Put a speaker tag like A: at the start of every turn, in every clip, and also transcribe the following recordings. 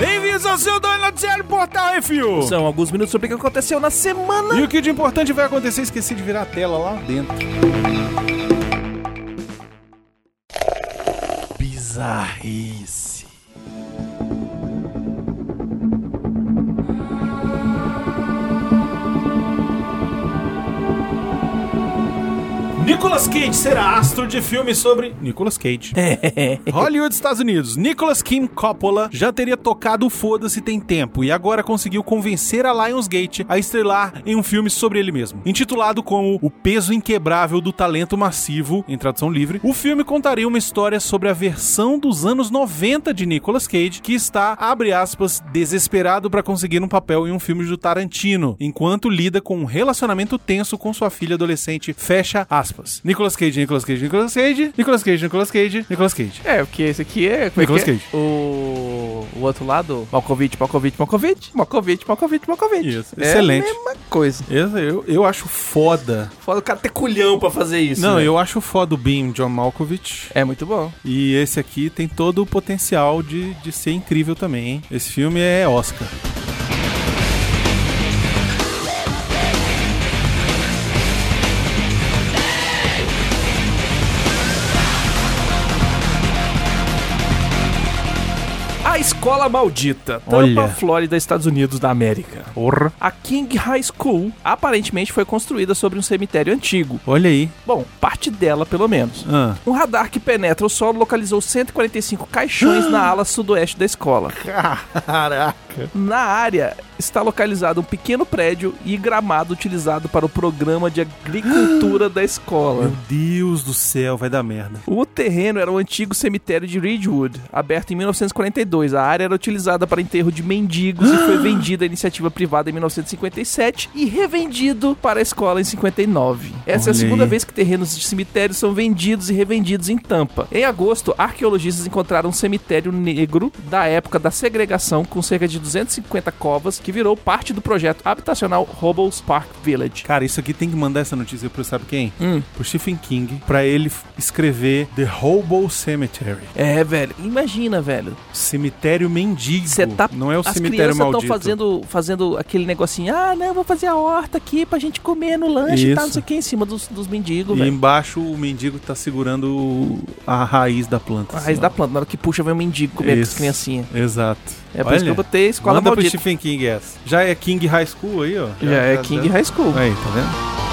A: Bem-vindos ao seu Dono Noticiário Portal, hein, fio?
B: São alguns minutos sobre o que aconteceu na semana.
A: E o que de importante vai acontecer? Esqueci de virar a tela lá dentro. Bizarrice. Nicolas Cage será astro de filme sobre Nicolas Cage. Hollywood, Estados Unidos. Nicolas Kim Coppola já teria tocado o foda-se tem tempo e agora conseguiu convencer a Lionsgate a estrelar em um filme sobre ele mesmo. Intitulado como O Peso Inquebrável do Talento Massivo, em tradução livre, o filme contaria uma história sobre a versão dos anos 90 de Nicolas Cage, que está, abre aspas, desesperado para conseguir um papel em um filme do Tarantino, enquanto lida com um relacionamento tenso com sua filha adolescente, fecha aspas. Nicolas Cage, Nicolas Cage, Nicolas Cage, Nicolas Cage, Nicolas Cage, Nicolas Cage.
B: É, porque esse aqui é. Como é
A: Nicolas
B: que é?
A: Cage.
B: O. O outro lado, Malkovich, Malkovich, Malkovich, Malkovich, Malkovich, Malkovich.
A: Isso,
B: É
A: excelente.
B: a mesma coisa.
A: Eu, eu, eu acho foda.
B: Foda o cara ter culhão pra fazer isso.
A: Não,
B: né?
A: eu acho foda o Beam John Malkovich.
B: É muito bom.
A: E esse aqui tem todo o potencial de, de ser incrível também, hein? Esse filme é Oscar.
B: A Escola Maldita, Tampa,
A: Olha.
B: Flórida, Estados Unidos da América.
A: Porra.
B: A King High School aparentemente foi construída sobre um cemitério antigo.
A: Olha aí.
B: Bom, parte dela, pelo menos.
A: Ah.
B: Um radar que penetra o solo localizou 145 caixões na ala sudoeste da escola.
A: Caraca.
B: Na área está localizado um pequeno prédio e gramado utilizado para o programa de agricultura da
A: Meu
B: escola.
A: Deus do céu, vai dar merda.
B: O terreno era o antigo cemitério de Ridgewood, aberto em 1942. A área era utilizada para enterro de mendigos e foi vendida à iniciativa privada em 1957 e revendido para a escola em 59.
A: Olha
B: Essa é a segunda
A: aí.
B: vez que terrenos de cemitérios são vendidos e revendidos em Tampa. Em agosto, arqueologistas encontraram um cemitério negro da época da segregação com cerca de 250 covas que virou parte do projeto habitacional Robles Park Village.
A: Cara, isso aqui tem que mandar essa notícia pro sabe quem?
B: Hum.
A: Pro Stephen King, pra ele f- escrever The Hobo Cemetery.
B: É, velho. Imagina, velho.
A: Cemitério mendigo.
B: Cê tá-
A: Não é o
B: As
A: cemitério
B: crianças estão
A: maldito.
B: fazendo, fazendo aquele negocinho, ah, não, vou fazer a horta aqui pra gente comer no lanche e tal,
A: Isso.
B: não sei o que, em cima dos, dos mendigos,
A: E
B: velho.
A: embaixo o mendigo tá segurando o- a raiz da planta.
B: A raiz
A: assim,
B: da
A: ó.
B: planta, na hora que puxa, vem um mendigo comer as
A: Isso.
B: criancinhas.
A: Exato.
B: É por isso que eu
A: Olha,
B: botei escola
A: Manda pro
B: maldita.
A: Stephen King essa. Já é King High School aí, ó.
B: Já é King High School.
A: Aí, tá vendo?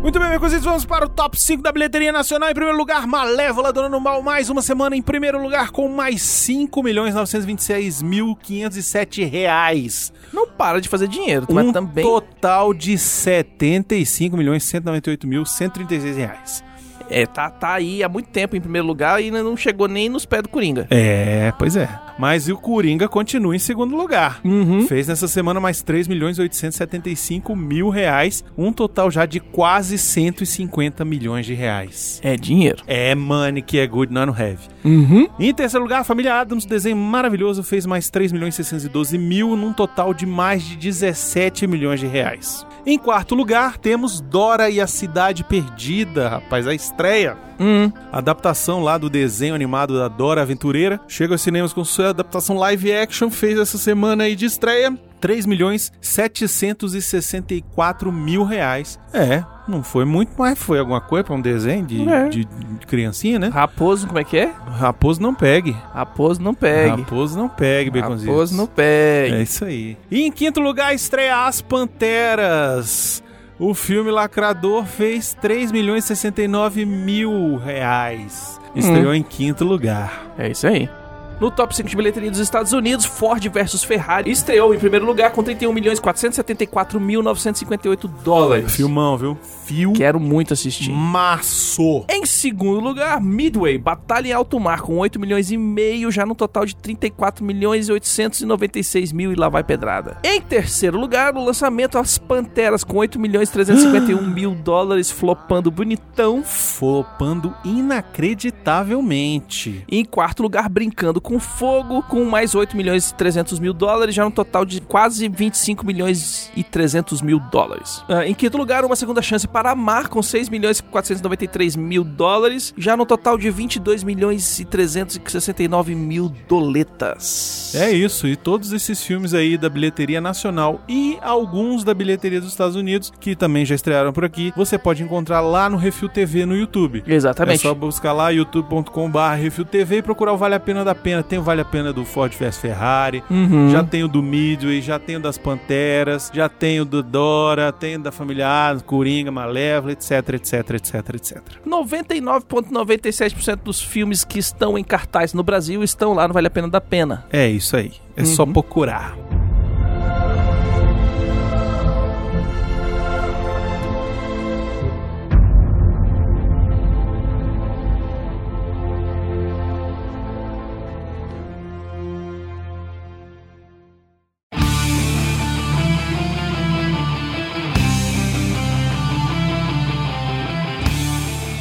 A: Muito bem, meus cozidos, vamos para o top 5 da bilheteria nacional. Em primeiro lugar, Malévola, Dona do Mal, mais uma semana em primeiro lugar com mais 5.926.507 reais.
B: Não para de fazer dinheiro,
A: um
B: mas também.
A: total de 75.198.136 reais.
B: É, tá, tá aí há muito tempo em primeiro lugar e ainda não chegou nem nos pés do Coringa.
A: É, pois é. Mas e o Coringa continua em segundo lugar.
B: Uhum.
A: Fez nessa semana mais 3 milhões e 875 mil reais, um total já de quase 150 milhões de reais.
B: É dinheiro.
A: É money que é good, not have.
B: Uhum.
A: Em terceiro lugar, a família Adams, desenho maravilhoso, fez mais 3 milhões e 612 mil, num total de mais de 17 milhões de reais. Em quarto lugar, temos Dora e a Cidade Perdida, rapaz, a estreia.
B: Hum.
A: A adaptação lá do desenho animado da Dora Aventureira chega aos cinemas com sua adaptação live action, fez essa semana aí de estreia 3 milhões 764 mil reais. É, não foi muito, mas foi alguma coisa pra um desenho de,
B: É.
A: de- de criancinha, né?
B: Raposo, como é que é?
A: Raposo não pegue.
B: Raposo não pegue.
A: Raposo não pegue, Baconzitos.
B: Raposo não pegue.
A: É isso aí. E em quinto lugar, estreia As Panteras. O filme Lacrador fez 3 milhões e 69 mil reais. Estreou em quinto lugar.
B: É isso aí. No top 5 de bilheteria dos Estados Unidos, Ford versus Ferrari estreou em primeiro lugar com 31 milhões 474.958 dólares.
A: Filmão, viu? Fio.
B: Quero muito assistir.
A: Hum. Maço.
B: Em segundo lugar, Midway, Batalha em Alto Mar, com 8 milhões e meio, já no total de 34 milhões e 896 mil e lá vai pedrada. Em terceiro lugar, o lançamento As Panteras, com 8 milhões e 351 mil dólares, flopando bonitão.
A: Flopando inacreditavelmente.
B: Em quarto lugar, Brincando com Fogo, com mais 8 milhões e 300 mil dólares, já no total de quase 25 milhões e 300 mil dólares. Ah, em quinto lugar, Uma Segunda Chance para Amar, com 6 milhões e 493 mil dólares, já no total de 22 milhões e 369 mil doletas.
A: É isso, e todos esses filmes aí da bilheteria nacional e alguns da bilheteria dos Estados Unidos, que também já estrearam por aqui, você pode encontrar lá no Refil TV no YouTube.
B: Exatamente.
A: É só buscar lá youtube.com.br RefilTV e procurar o Vale a Pena da Pena. Tem o Vale a Pena do Ford vs Ferrari,
B: Uhum.
A: já tem o do Midway, já tem o das Panteras, já tem o do Dora, tem o da Família Adams, Coringa, Malévola, etc, etc, etc, etc.
B: 99,97% dos filmes que estão em cartaz no Brasil estão lá no Vale a Pena da Pena.
A: É isso aí. É só
B: Uhum.
A: procurar.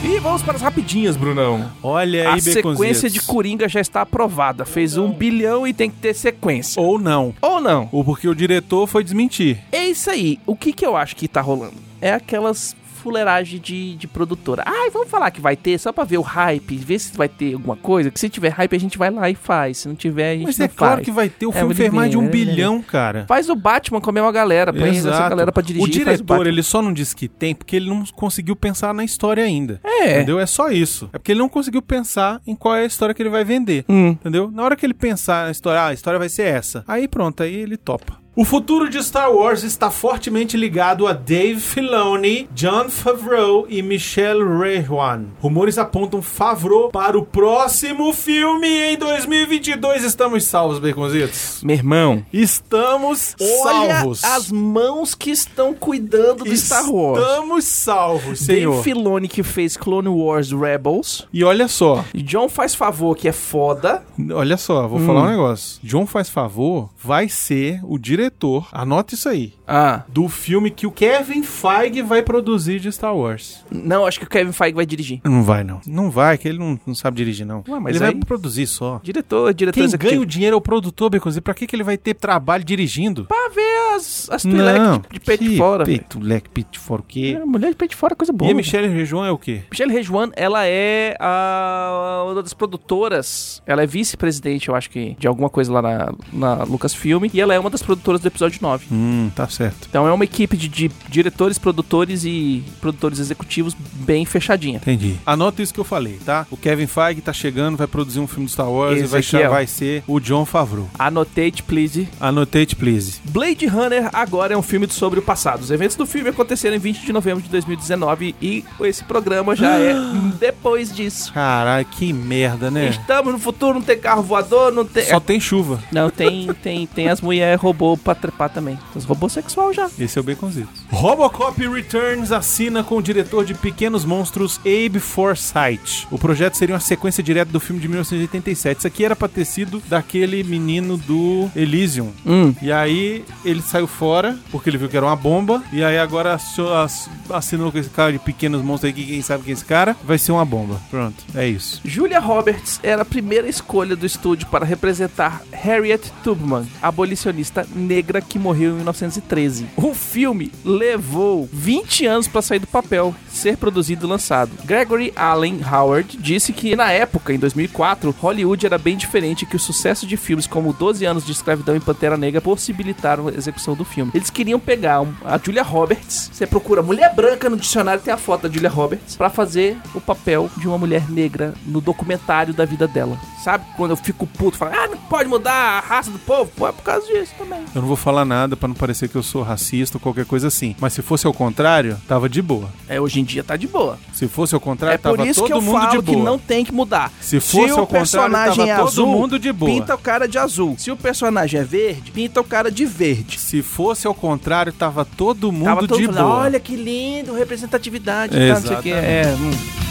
B: E vamos para as rapidinhas, Brunão.
A: Olha
B: A
A: aí,
B: sequência
A: Beconzitos.
B: de Coringa já está aprovada. Fez um bilhão e tem que ter sequência.
A: Ou não.
B: Ou não.
A: Ou porque o diretor foi desmentir.
B: É isso aí. O que, que eu acho que tá rolando? É aquelas fuleiragem de, de produtora. Ai, vamos falar que vai ter, só pra ver o hype, ver se vai ter alguma coisa. Que se tiver hype, a gente vai lá e faz. Se não tiver, a gente
A: Mas
B: não
A: é claro
B: faz.
A: que vai ter. O
B: É,
A: filme
B: mas
A: fez mais de um
B: ele vem, ele
A: bilhão, cara.
B: Faz o Batman com a mesma galera, põe essa
A: Exato.
B: galera pra dirigir.
A: o
B: faz
A: diretor,
B: Batman.
A: ele só não diz que tem porque ele não conseguiu pensar na história ainda.
B: É.
A: Entendeu? É só isso. É porque ele não conseguiu pensar em qual é a história que ele vai vender.
B: Hum.
A: Entendeu? Na hora que ele pensar na história, ah, a história vai ser essa. Aí pronto, aí ele topa. O futuro de Star Wars está fortemente ligado a Dave Filoni, John Favreau e Michelle Raywan. Rumores apontam Favreau para o próximo filme em 2022. Estamos salvos, Baconzitos.
B: Meu irmão,
A: Estamos
B: olha
A: salvos.
B: as mãos que estão cuidando do Star Wars.
A: Estamos salvos,
B: Dave
A: senhor.
B: Filoni que fez Clone Wars Rebels.
A: E olha só,
B: John faz favor que é foda.
A: olha só, vou
B: Hum.
A: falar um negócio. John faz favor, vai ser o diretor, anota isso aí,
B: Ah,
A: do filme que o Kevin Feige vai produzir de Star Wars.
B: não, acho que o Kevin Feige vai dirigir.
A: Não vai, não. Não vai, que ele não, não sabe dirigir, não.
B: Ué, mas
A: ele
B: aí-
A: vai produzir só.
B: Diretor, diretor
A: Quem
B: executivo.
A: ganha o dinheiro é o produtor, Beconzinho. Pra que, que ele vai ter trabalho dirigindo?
B: pra ver as, as tuleques de, de peito
A: que
B: fora. velho.
A: Peito, leque, peito fora o quê?
B: É, Mulher de peito fora é coisa boa.
A: e a
B: Michelle
A: Michelle Rejoin é o quê?
B: Michelle Rejuan, ela é a, uma das produtoras. Ela é vice-presidente, eu acho que, de alguma coisa lá na, na Lucasfilm. E ela é uma das produtoras do episódio 9.
A: Hum, tá certo.
B: Então é uma equipe de, de diretores, produtores e produtores executivos bem fechadinha.
A: Entendi. Anota isso que eu falei, tá? O Kevin Feige tá chegando, vai produzir um filme do Star Wars e vai,
B: Ezequiel.
A: chamar- vai ser o John Favreau.
B: Anotate, please.
A: Anotate, please.
B: Blade Runner agora é um filme sobre o passado. Os eventos do filme aconteceram em 20 de novembro de 2019 e esse programa já é depois disso.
A: Caralho, que merda, né?
B: Estamos no futuro, não tem carro voador, não tem.
A: Só tem chuva.
B: Não, tem, tem, tem as mulheres robô pra trepar também. Os robôs sexual já.
A: Esse é o Baconzito. Robocop Returns assina com o diretor de Pequenos Monstros, Abe Forsyth. O projeto seria uma sequência direta do filme de 1987. Isso aqui era pra ter sido daquele menino do Elysium.
B: Hum.
A: E aí ele saiu fora, porque ele viu que era uma bomba. E aí agora asso- ass- assinou com esse cara de pequenos monstros aqui, quem sabe que é esse cara vai ser uma bomba. Pronto, é isso.
B: Julia Roberts era a primeira escolha do estúdio para representar Harriet Tubman, abolicionista negra que morreu em 1913. O filme levou 20 anos para sair do papel, ser produzido e lançado. Gregory Allen Howard disse que na época, em 2004, Hollywood era bem diferente e que o sucesso de filmes como 12 anos de escravidão e Pantera Negra possibilitaram a execução do filme. Eles queriam pegar um- a Julia Roberts, você procura mulher branca no dicionário, tem a foto da Julia Roberts, pra fazer o papel de uma mulher negra no documentário da vida dela. Sabe quando eu fico puto, falo, ah, não pode mudar a raça do povo? Pô, é por causa disso também.
A: Eu não vou falar nada pra não parecer que eu sou racista ou qualquer coisa assim. Mas se fosse ao contrário, tava de boa.
B: É, hoje em dia tá de boa.
A: Se fosse ao contrário,
B: É
A: tava
B: por isso
A: todo
B: que eu
A: mundo de
B: falo que
A: boa.
B: não tem que mudar.
A: Se fosse
B: o
A: ao contrário,
B: personagem
A: tava
B: é
A: todo
B: azul,
A: mundo de boa.
B: pinta o cara de azul. Se o personagem é verde, pinta o cara de verde.
A: Se fosse ao contrário, tava todo mundo
B: Tava todo
A: de
B: mundo
A: boa.
B: lá, olha que lindo, representatividade, tá, não sei o que. É, hum.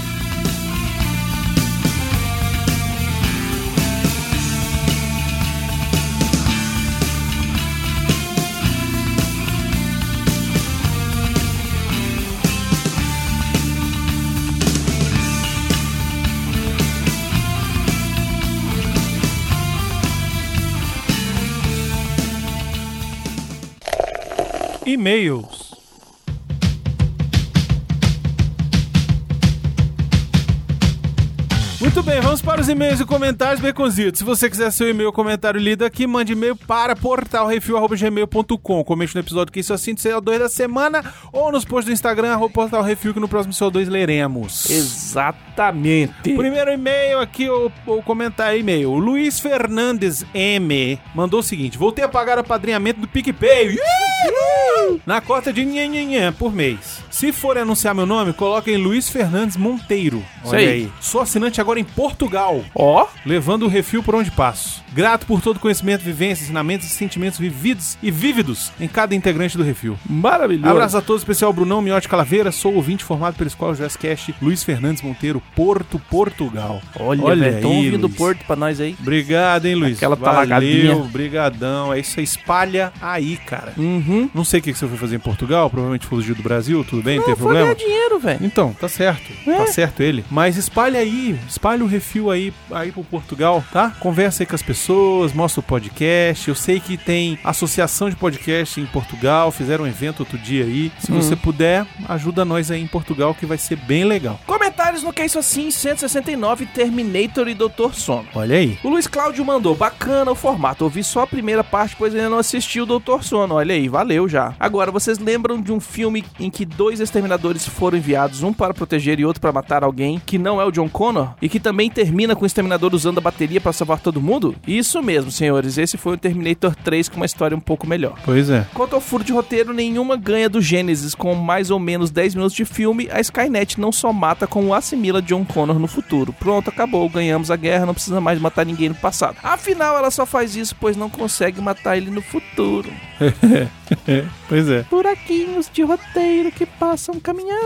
C: E-mails.
A: Muito bem, vamos para os e-mails e comentários, Beconzitos. Se você quiser seu e-mail ou comentário lido aqui, mande e-mail para portalrefil.gmail.com. Comente no episódio que isso assim do CO2 da semana ou nos posts do Instagram, arroba portalrefil, que no próximo CO2 leremos.
B: Exatamente.
A: Primeiro e-mail aqui, o, o comentário e-mail. O Luiz Fernandes M mandou o seguinte: voltei a pagar o apadrinhamento do PicPay. Uhul! Na cota de nhanhanhã por mês. Se for anunciar meu nome, coloquem Luiz Fernandes Monteiro.
B: Isso
A: Olha aí.
B: aí.
A: Sou assinante agora em Portugal.
B: Ó,
A: Levando o refil por onde passo. Grato por todo conhecimento, vivência, ensinamentos e sentimentos vividos e vívidos em cada integrante do refil.
B: maravilhoso.
A: Abraço a todos, especial Brunão Miotti Calaveira, sou ouvinte formado pela Escola Jazz Cast, Luiz Fernandes Monteiro, Porto, Portugal.
B: Olha,
A: Olha
B: velho, tão
A: aí,
B: ouvindo
A: Luiz.
B: o Porto pra nós aí.
A: Obrigado, hein, Luiz?
B: Aquela talagadinha.
A: Valeu, brigadão. É isso aí, espalha aí, cara.
B: Uhum.
A: Não sei o que que você foi fazer em Portugal, provavelmente fugiu do Brasil, tudo bem, não tem
B: Foi ganhar
A: problema?
B: dinheiro, velho.
A: Então, tá certo. Tá certo ele. Mas espalha aí, espalha o refil aí, aí pro Portugal, tá? Conversa aí com as pessoas, mostra o podcast. Eu sei que tem associação de podcast em Portugal, fizeram um evento outro dia aí. Se você puder, ajuda nós aí em Portugal, que vai ser bem legal.
B: Comentários no Que É Isso Assim, 169, Terminator e Doutor Sono.
A: Olha aí.
B: O Luiz Cláudio mandou, bacana o formato, ouvi só a primeira parte, pois ainda não assisti o Doutor Sono, olha aí, valeu já. Agora, vocês lembram de um filme em que dois exterminadores foram enviados, um para proteger e outro para matar alguém, que não é o John Connor? E que também termina com o exterminador usando a bateria para salvar todo mundo? Isso mesmo, senhores, esse foi o Terminator 3 com uma história um pouco melhor.
A: Pois é.
B: Quanto ao furo de roteiro, nenhuma ganha do Gênesis. Com mais ou menos 10 minutos de filme, a Skynet não só mata, como assimila John Connor no futuro. Pronto, acabou, ganhamos a guerra, não precisa mais matar ninguém no passado. Afinal, ela só faz isso pois não consegue matar ele no futuro.
A: Pois é.
B: Buraquinhos de roteiro que passam caminhão.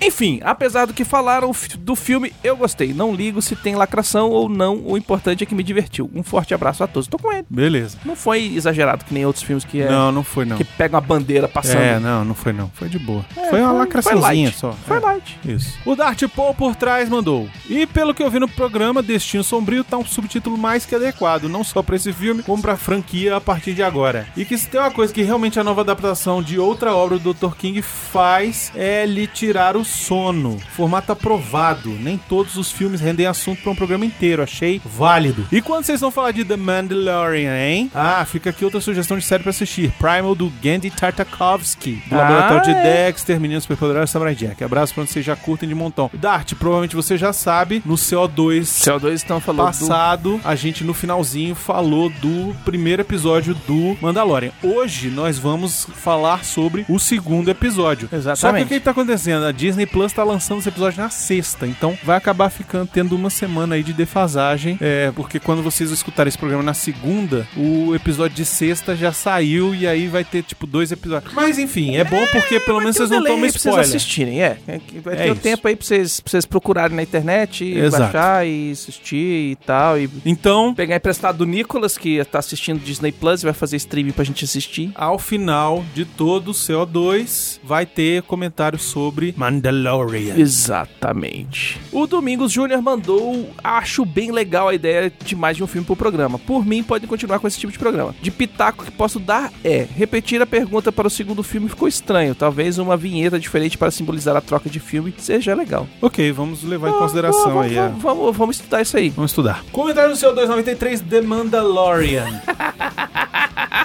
B: Enfim, apesar do que falaram f- do filme, eu gostei. Não ligo se tem lacração ou não, o importante é que me divertiu. Um forte abraço a todos. Tô com ele.
A: Beleza.
B: Não foi exagerado que nem outros filmes que é.
A: Não, não foi não.
B: Que pega uma bandeira passando.
A: É, não, não foi não. Foi de boa.
B: É,
A: foi uma
B: foi- foi
A: lacraçãozinha
B: light.
A: só.
B: Foi
A: É.
B: light.
A: Isso. O Dart Paul por trás mandou. E pelo que eu vi no programa, Destino Sombrio tá um subtítulo mais que adequado, não só pra esse filme, como pra franquia a partir de agora. E que se tem uma coisa que realmente a nova adaptação de outra obra do Dr. King faz é lhe tirar o sono. Formato aprovado. Nem todos os filmes rendem assunto pra um programa inteiro. Achei válido. E quando vocês vão falar de The Mandalorian, hein? Ah, fica aqui outra sugestão de série pra assistir. Primal do Gandhi Tartakovsky, do
B: Ah,
A: Laboratório de
B: é.
A: Dexter, Menino Superpoderoso Samurai Jack. Abraço pra onde vocês já curtem de montão. Dart, provavelmente você já sabe, no CO2
B: CO2 estão falando
A: passado, a gente no finalzinho falou do primeiro episódio do Mandalorian. Hoje nós vamos falar sobre o segundo episódio.
B: Exatamente.
A: Só que o que tá acontecendo? A Disney Plus tá lançando esse episódio na sexta, então vai acabar ficando tendo uma semana aí de defasagem, é, porque quando vocês escutarem esse programa na segunda, o episódio de sexta já saiu e aí vai ter tipo dois episódios. Mas enfim, é bom porque pelo menos vocês não tomam
B: um pra vocês
A: spoiler.
B: assistirem, é. É que Vai
A: É
B: ter o
A: isso.
B: tempo aí pra vocês, pra vocês procurarem na internet, e
A: Exato.
B: baixar e assistir e tal. E
A: Então,
B: pegar emprestado do Nicolas, que tá assistindo Disney Plus e vai fazer streaming pra gente assistir.
A: Ao final de todo o CO2, vai ter comentário sobre Mandalorian.
B: Exatamente. O Domingos Júnior mandou. Acho bem legal a ideia de mais de um filme pro programa. Por mim, podem continuar com esse tipo de programa. De pitaco que posso dar é: repetir a pergunta para o segundo filme ficou estranho. Talvez uma vinheta diferente para simbolizar a troca de filme seja legal.
A: Ok, vamos levar em consideração
B: vamos,
A: aí. é.
B: Vamos,
A: a-
B: vamos- vamos estudar isso aí.
A: Vamos estudar. Comentário no CO293, The Mandalorian.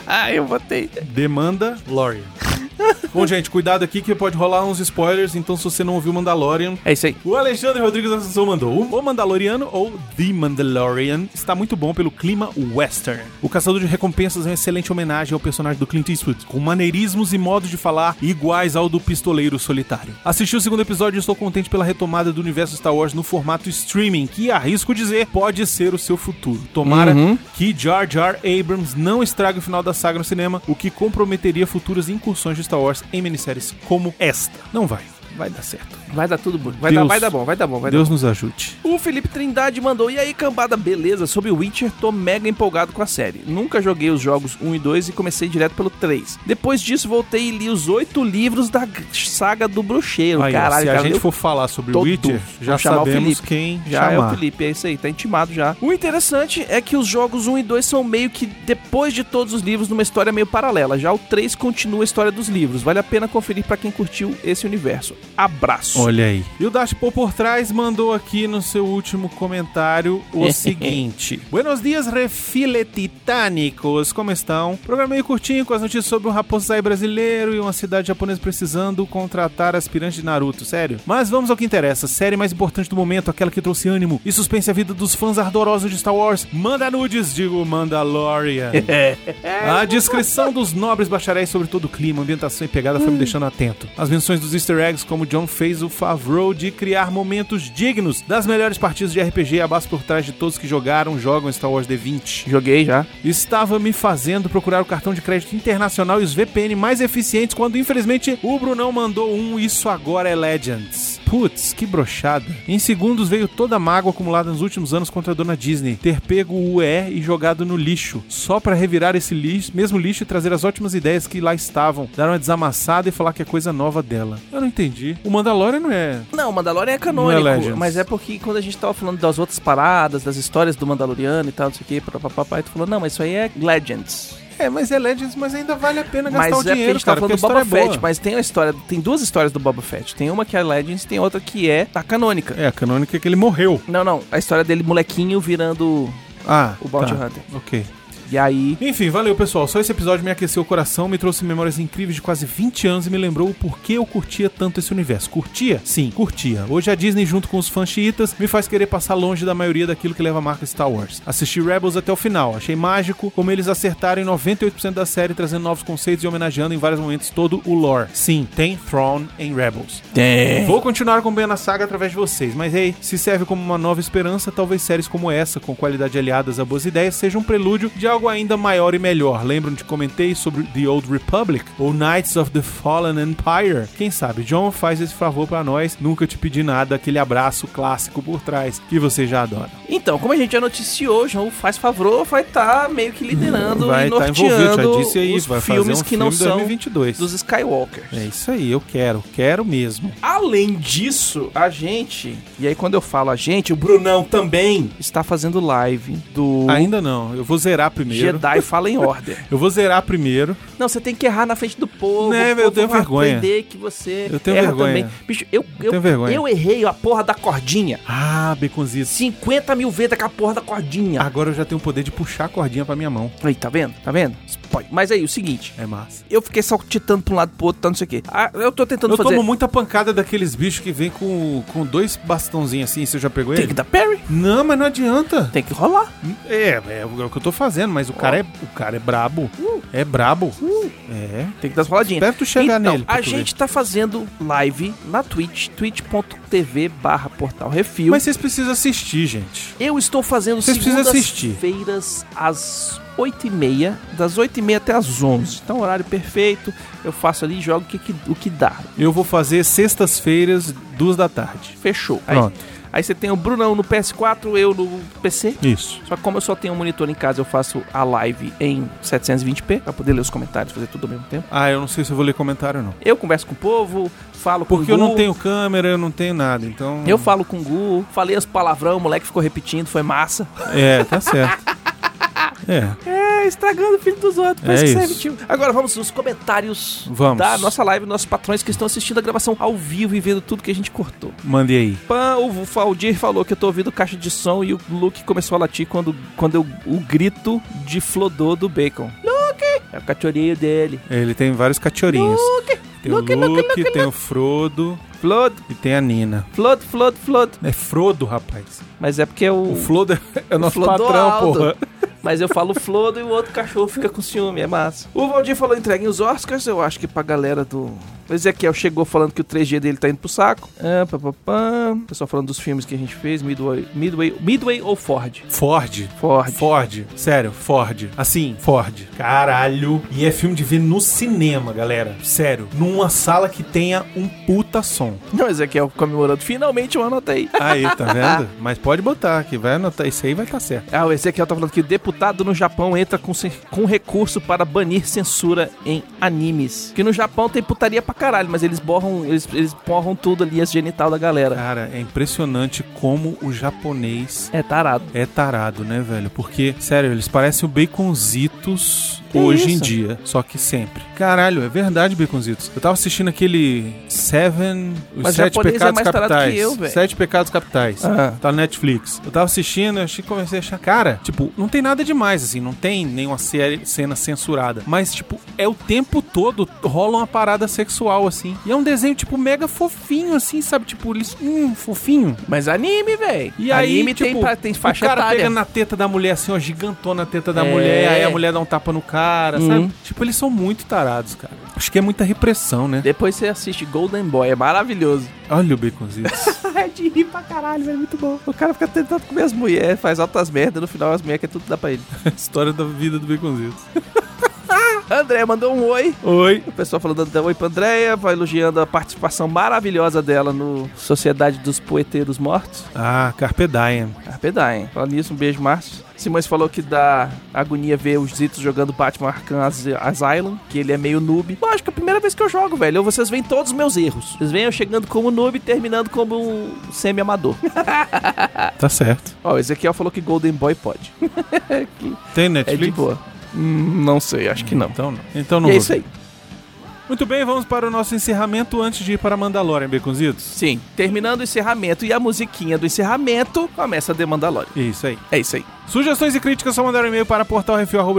B: Ah, eu botei.
A: The Mandalorian. Bom, gente, cuidado aqui que pode rolar uns spoilers, então se você não ouviu Mandalorian,
B: É isso aí.
A: o Alexandre Rodrigues da Assunção mandou. um. O Mandaloriano, ou The Mandalorian, está muito bom pelo clima western. O Caçador de Recompensas é uma excelente homenagem ao personagem do Clint Eastwood, com maneirismos e modos de falar iguais ao do Pistoleiro Solitário. Assisti o segundo episódio e estou contente pela retomada do universo Star Wars no formato streaming, que arrisco dizer pode ser o seu futuro. Tomara que Jar Jar Abrams não estrague o final da saga no cinema, o que comprometeria futuras incursões de Star Wars em minisséries como esta. Não vai. Vai dar certo. um
B: Vai dar tudo bom. Vai,
A: Deus.
B: dar, vai dar bom, vai dar bom, vai dar
A: Deus nos ajude.
B: O Felipe Trindade mandou, e aí cambada, beleza? Sobre Witcher, tô mega empolgado com a série. Nunca joguei os jogos 1 e 2 e comecei direto pelo 3. Depois disso, voltei e li os oito livros da g- saga do bruxeiro.
A: Aí, ó,
B: Caralho,
A: se a
B: cara,
A: gente
B: eu
A: for falar sobre o
B: todos.
A: Witcher,
B: Vamos
A: já
B: chamar o
A: sabemos
B: Felipe.
A: quem
B: Já é o
A: chamar.
B: Felipe, é isso aí, tá intimado já. O interessante é que os jogos 1 e 2 são meio que depois de todos os livros numa história meio paralela. Já o 3 continua a história dos livros. Vale a pena conferir pra quem curtiu esse universo. Abraço.
A: Olha aí. E o Dash Paul por trás mandou aqui no seu último comentário o seguinte: Buenos dias, refile titânicos. Como estão? Programa meio curtinho com as notícias sobre um raposai brasileiro e uma cidade japonesa precisando contratar aspirante de Naruto. Sério? Mas vamos ao que interessa. Série mais importante do momento, aquela que trouxe ânimo e suspense à vida dos fãs ardorosos de Star Wars. Manda nudes, digo Mandalorian. A descrição dos nobres bacharéis sobre todo o clima, ambientação e pegada foi me deixando atento. As menções dos easter eggs, como John fez o Favreau de criar momentos dignos das melhores partidas de RPG abaixo por trás de todos que jogaram, jogam Star Wars D20
B: Joguei já.
A: estava me fazendo procurar o cartão de crédito internacional e os VPN mais eficientes quando, infelizmente, o Brunão mandou um Isso Agora é Legends. Putz, que brochada. Em segundos veio toda a mágoa acumulada nos últimos anos contra a dona Disney, ter pego o UE e jogado no lixo, só pra revirar esse lixo, mesmo lixo e trazer as ótimas ideias que lá estavam, dar uma desamassada e falar que é coisa nova dela. Eu não entendi. O Mandalorian não é
B: Não, Mandalorian é
A: Não é
B: canônico,
A: Legends.
B: mas é porque quando a gente tava falando das outras paradas, das histórias do Mandaloriano e tal, não sei o que, papai, tu falou, não, mas isso aí é Legends.
A: É, mas é Legends, mas ainda vale a pena gastar
B: Mas
A: o
B: é porque a
A: dinheiro,
B: gente tava
A: cara,
B: falando do
A: porque a
B: Boba
A: história é
B: Fett,
A: boa.
B: mas tem a história, tem duas histórias do Boba Fett. Tem uma que é Legends, tem outra que é a canônica.
A: É, a canônica é que ele morreu.
B: Não, não, a história dele molequinho virando
A: Ah,
B: o Bounty
A: tá.
B: Hunter.
A: Ok.
B: E aí,
A: Enfim, valeu pessoal. Só esse episódio me aqueceu o coração, me trouxe memórias incríveis de quase 20 anos e me lembrou o porquê eu curtia tanto esse universo. Curtia? Sim, curtia. Hoje a Disney, junto com os fãs chiitas, me faz querer passar longe da maioria daquilo que leva a marca Star Wars. Assisti Rebels até o final, achei mágico como eles acertaram em 98% da série, trazendo novos conceitos e homenageando em vários momentos todo o lore. Sim, tem Thrawn em Rebels.
B: É.
A: Vou continuar acompanhando a saga através de vocês, mas ei, se serve como uma nova esperança, talvez séries como essa, com qualidade aliadas a boas ideias, seja um prelúdio de algo ainda maior e melhor. Lembram de que comentei sobre The Old Republic ou Knights of the Fallen Empire? Quem sabe, John faz esse favor pra nós, nunca te pedi nada, aquele abraço clássico por trás que você já adora.
B: então, como a gente já noticiou, já o Faz Favor vai estar meio que liderando
A: Vai
B: e
A: estar
B: norteando
A: envolvido, já disse aí,
B: os
A: vai fazer
B: filmes
A: um
B: que não
A: filme
B: são
A: 2022.
B: dos Skywalkers.
A: É isso aí, eu quero, quero mesmo.
B: Além disso, a gente, e aí quando eu falo a gente, o Brunão também está fazendo live do
A: Ainda não, eu vou zerar primeiro.
B: Jedi Fallen Order.
A: Eu vou zerar primeiro.
B: Não, você tem que errar na frente do povo.
A: Né,
B: o povo
A: eu tenho
B: vai
A: vergonha.
B: aprender que você
A: Eu tenho
B: erra
A: vergonha.
B: também. Bicho, eu, eu,
A: tenho vergonha.
B: eu errei a porra da cordinha.
A: Ah, Beconzito.
B: 50 mil vezes com a porra da cordinha.
A: Agora eu já tenho o poder de puxar a cordinha pra minha mão.
B: Aí, tá vendo? Tá vendo? Pode. Mas aí, o seguinte.
A: É massa.
B: Eu fiquei saltitando pra um lado pro outro, tá, não sei o quê. Ah, eu tô tentando
A: Eu
B: fazer...
A: tomo muita pancada daqueles bichos que vem com, com dois bastãozinhos assim. Você já pegou
B: Tem
A: ele?
B: que dar parry.
A: Não, mas não adianta.
B: Tem que rolar.
A: É, é, o- é o que eu tô fazendo, mas o cara é, o cara é brabo. É brabo. É.
B: Tem que dar as roladinhas.
A: Espero tu chegar
B: então,
A: nele pra
B: a
A: tu
B: gente tá fazendo live na Twitch, twitch.tv barra portal refil.
A: Mas vocês precisam assistir, gente.
B: Eu estou fazendo
A: Vocês precisam
B: segundas-feiras às 8h30, das 8h30 até às 11 Então, horário perfeito. Eu faço ali e jogo o que, que- o que dá.
A: Eu vou fazer sextas-feiras, duas da tarde.
B: Fechou.
A: Pronto.
B: Aí, aí você tem o Brunão no PS4, eu no PC.
A: Isso.
B: Só que como eu só tenho um monitor em casa, eu faço a live em 720p, pra poder ler os comentários, fazer tudo ao mesmo tempo.
A: Ah, eu não sei se eu vou ler comentário ou não.
B: Eu converso com o povo, falo com
A: Porque
B: o
A: eu não
B: Gu,
A: tenho câmera, eu não tenho nada, então...
B: Eu falo com o Gu, falei os palavrão, o moleque ficou repetindo, foi massa.
A: É, tá certo. é.
B: É, estragando o filho dos outros. Pra
A: É
B: isso que
A: isso.
B: serve, tio. Agora vamos nos comentários
A: Vamos.
B: da nossa live, nossos patrões que estão assistindo a gravação ao vivo e vendo tudo que a gente cortou.
A: Mandei aí.
B: Pã, o Faldir falou que eu tô ouvindo caixa de som e o Luke começou a latir quando, quando eu, o grito de Flodô do Bacon. Luke! É o cachorrinho dele.
A: Ele tem vários cachorrinhos. Tem
B: Luke,
A: o
B: Luke,
A: Luke, tem o Frodo
B: Flood,
A: e tem a Nina.
B: Flood, Flood, Flood.
A: É Frodo, rapaz.
B: Mas é porque o.
A: O Frodo é o nosso
B: Flodoaldo.
A: patrão, porra.
B: Mas eu falo Flodo e o outro cachorro fica com ciúme, é massa. O Valdir falou entreguem os Oscars, eu acho que pra galera do. O Ezequiel chegou falando que o 3G dele tá indo pro saco. Ah, pá, pá, pá. O pessoal falando dos filmes que a gente fez, Midway, Midway, Midway ou Ford?
A: Ford.
B: Ford.
A: Ford. Sério, Ford. Assim, Ford. Caralho. E é filme de ver no cinema, galera. Sério. Numa sala que tenha um puta som.
B: Não, Ezequiel comemorando. Finalmente eu anotei.
A: Aí, tá vendo? Mas pode botar, que vai anotar. Isso aí vai estar certo.
B: Ah, o Ezequiel tá falando que deputado no Japão entra com, cen- com recurso para banir censura em animes. Que no Japão tem putaria pra caralho, mas eles borram, eles, eles borram tudo ali, as genital da galera.
A: Cara, é impressionante como o japonês
B: É tarado.
A: é tarado, né, velho? Porque, sério, eles parecem o baconzitos
B: Que
A: hoje em
B: isso?
A: dia, só que sempre. Caralho, é verdade, baconzitos. Eu tava assistindo aquele Seven, os
B: Mas
A: Sete
B: japonês é
A: Pecados
B: mais tarado que
A: Capitais.
B: eu, velho.
A: Sete Pecados Capitais.
B: Ah.
A: Tá no Netflix. Eu tava assistindo, eu achei- comecei a achar, cara, tipo, não tem nada demais, assim, não tem nenhuma série- cena censurada. Mas, tipo, é o tempo todo rola uma parada sexual, assim. E é um desenho, tipo, mega fofinho, assim, sabe? Tipo, eles, hum, fofinho.
B: Mas anime, velho.
A: E aí,
B: anime
A: tipo,
B: tem, pra, tem faixa
A: o cara
B: etária.
A: pega na teta da mulher, assim, ó, gigantona a teta da
B: É.
A: mulher, aí a mulher dá um tapa no cara,
B: Uhum.
A: sabe? Tipo, eles são muito tarados, cara. Acho que é muita repressão, né?
B: Depois você assiste Golden Boy, é maravilhoso.
A: Olha o baconzinho.
B: é de rir pra caralho, velho, muito bom. O cara fica tentando comer as mulheres, faz altas merdas, no final as mulheres que tudo dá pra ele.
A: História da vida do baconzinho.
B: André mandou um oi.
A: Oi.
B: O pessoal falando dando oi pra Andréia, vai elogiando a participação maravilhosa dela no Sociedade dos Poeteiros Mortos.
A: Ah, Carpe Diem.
B: Carpedar, hein? Falando nisso, um beijo, Márcio. Simões falou que dá agonia ver os Zitos jogando Batman Arkham As- Asylum, que ele é meio noob. Bom, acho que é a primeira vez que eu jogo, velho. Ou vocês veem todos os meus erros. Vocês veem eu chegando como noob e terminando como um semi-amador.
A: Tá certo.
B: Ó, o Ezequiel falou que Golden Boy pode. Que
A: Tem
B: é
A: Netflix?
B: de boa. Hum, não sei, acho que não.
A: Então não. Então não
B: E é
A: vou
B: isso
A: ver.
B: aí.
A: Muito bem, vamos para o nosso encerramento antes de ir para Mandalorian, baconzitos.
B: Sim, terminando o encerramento e a musiquinha do encerramento começa a The Mandalorian.
A: Isso aí.
B: É isso aí.
A: Sugestões e críticas só mandar um e-mail para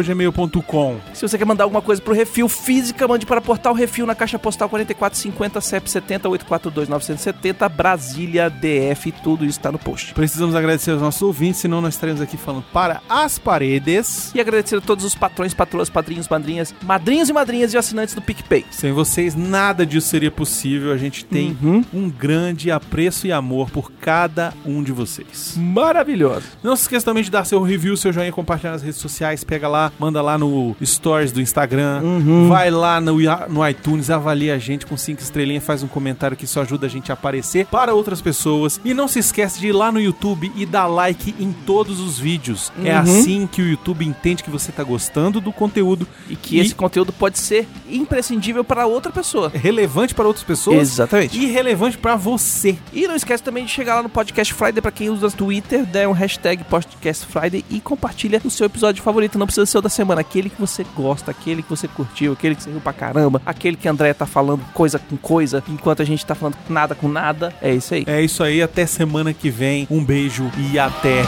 A: portalrefil.gmail.com.
B: Se você quer mandar alguma coisa pro Refil Física, mande para Portal Refil na caixa postal 4450 770 842 970 Brasília DF. Tudo isso tá no post.
A: Precisamos agradecer aos nossos ouvintes, senão nós estaremos aqui falando para as paredes.
B: E agradecer a todos os patrões, patroas, padrinhos, madrinhas, madrinhos e madrinhas e assinantes do PicPay.
A: Sem vocês, nada disso seria possível. A gente tem
B: Uhum.
A: um grande apreço e amor por cada um de vocês.
B: Maravilhoso.
A: Não se esqueça também de dar seu review, seu joinha, compartilhar nas redes sociais. Pega lá, manda lá no Stories do Instagram.
B: Uhum.
A: Vai lá no, ia- no iTunes, avalia a gente com cinco estrelinhas, faz um comentário que isso ajuda a gente a aparecer para outras pessoas. E não se esquece de ir lá no YouTube e dar like em todos os vídeos. É
B: Uhum.
A: assim que o YouTube entende que você está gostando do conteúdo
B: E que
A: E-
B: esse conteúdo pode ser imprescindível para outra pessoa.
A: é relevante para outras pessoas
B: Exatamente.
A: e relevante para você.
B: E não esquece também de chegar lá no Podcast Friday para quem usa Twitter, dá um hashtag Podcast Friday e compartilha o seu episódio favorito. Não precisa ser o da semana, aquele que você gosta, aquele que você curtiu, aquele que você riu pra caramba, aquele que a Andréia tá falando coisa com coisa, enquanto a gente tá falando nada com nada. É isso aí.
A: É isso aí, até semana que vem. Um beijo e até.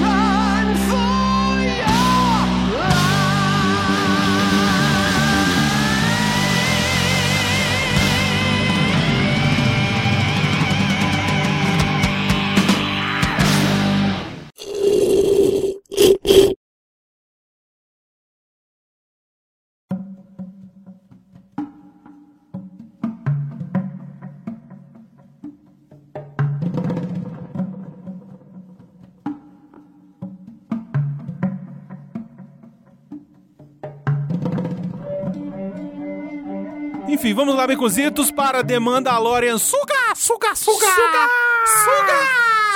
C: Run for your life.
A: Enfim, vamos lá, Becositos, para The Mandalorian. Suga! Suga! Suga! Suga! Suga!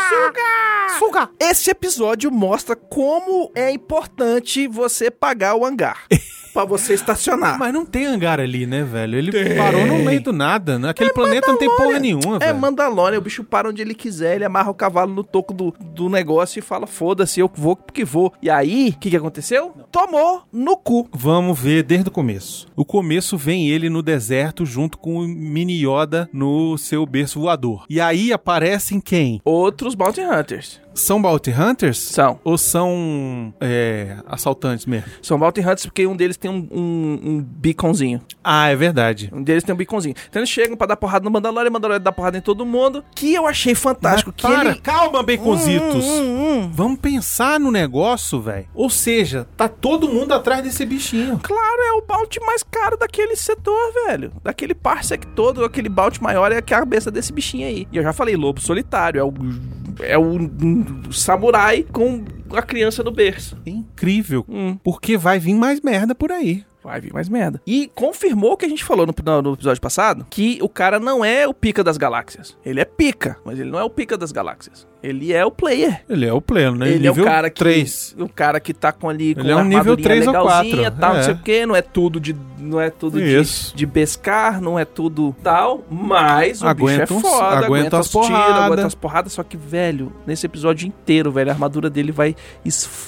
A: Suga! Suga!
B: Esse episódio mostra como é importante você pagar o hangar.
D: pra você estacionar.
A: Mas não tem hangar ali, né, velho? Ele parou no meio do nada, né? Aquele planeta não tem porra nenhuma,
B: É
A: velho.
B: Mandalorian, o bicho para onde ele quiser, ele amarra o cavalo no toco do, do negócio e fala: foda-se, eu vou porque vou. E aí, o que, que aconteceu? Tomou no cu.
A: Vamos ver desde o começo. O começo vem ele no deserto junto com o mini Yoda no seu berço voador. E aí aparecem quem?
B: Outros Bounty Hunters.
A: São Bounty Hunters?
B: São.
A: Ou são é, assaltantes mesmo?
B: São Bounty Hunters porque um deles tem um, um, um beaconzinho.
A: Ah, é verdade.
B: Um deles tem um beaconzinho. Então eles chegam pra dar porrada no Mandalorian, o Mandalorian dá porrada em todo mundo. Que eu achei fantástico.
A: Mas
B: que
A: para,
B: ele.
A: calma, baconzitos.
B: Hum, hum, hum.
A: Vamos pensar no negócio, velho. Ou seja, tá todo mundo atrás desse bichinho.
B: Claro, é o balde mais caro daquele setor, velho. Daquele parsec todo, aquele balde maior é a cabeça desse bichinho aí. E eu já falei, lobo solitário, é o. É o um samurai com a criança no berço.
A: É incrível.
B: Hum,
A: Porque vai vir mais merda por aí.
B: vai vir mais merda. E confirmou o que a gente falou no, no- no episódio passado: que o cara não é o pica das galáxias. Ele é pica, mas ele não é o pica das galáxias. Ele é o player.
A: Ele é o pleno, né?
B: Ele é o cara que.
A: 3.
B: O cara que tá com ali com
A: Ele é um nível
B: armadurinha
A: três ou quatro,
B: legalzinha, tal, não
A: é.
B: sei o quê, não é tudo de. Não é tudo de,
A: Isso.
B: de pescar, não é tudo tal, mas o
A: Aguenta
B: bicho é
A: uns-
B: foda,
A: aguenta as
B: os tiros,
A: porrada.
B: aguenta as porradas, só que, velho, nesse episódio inteiro, velho, a armadura dele vai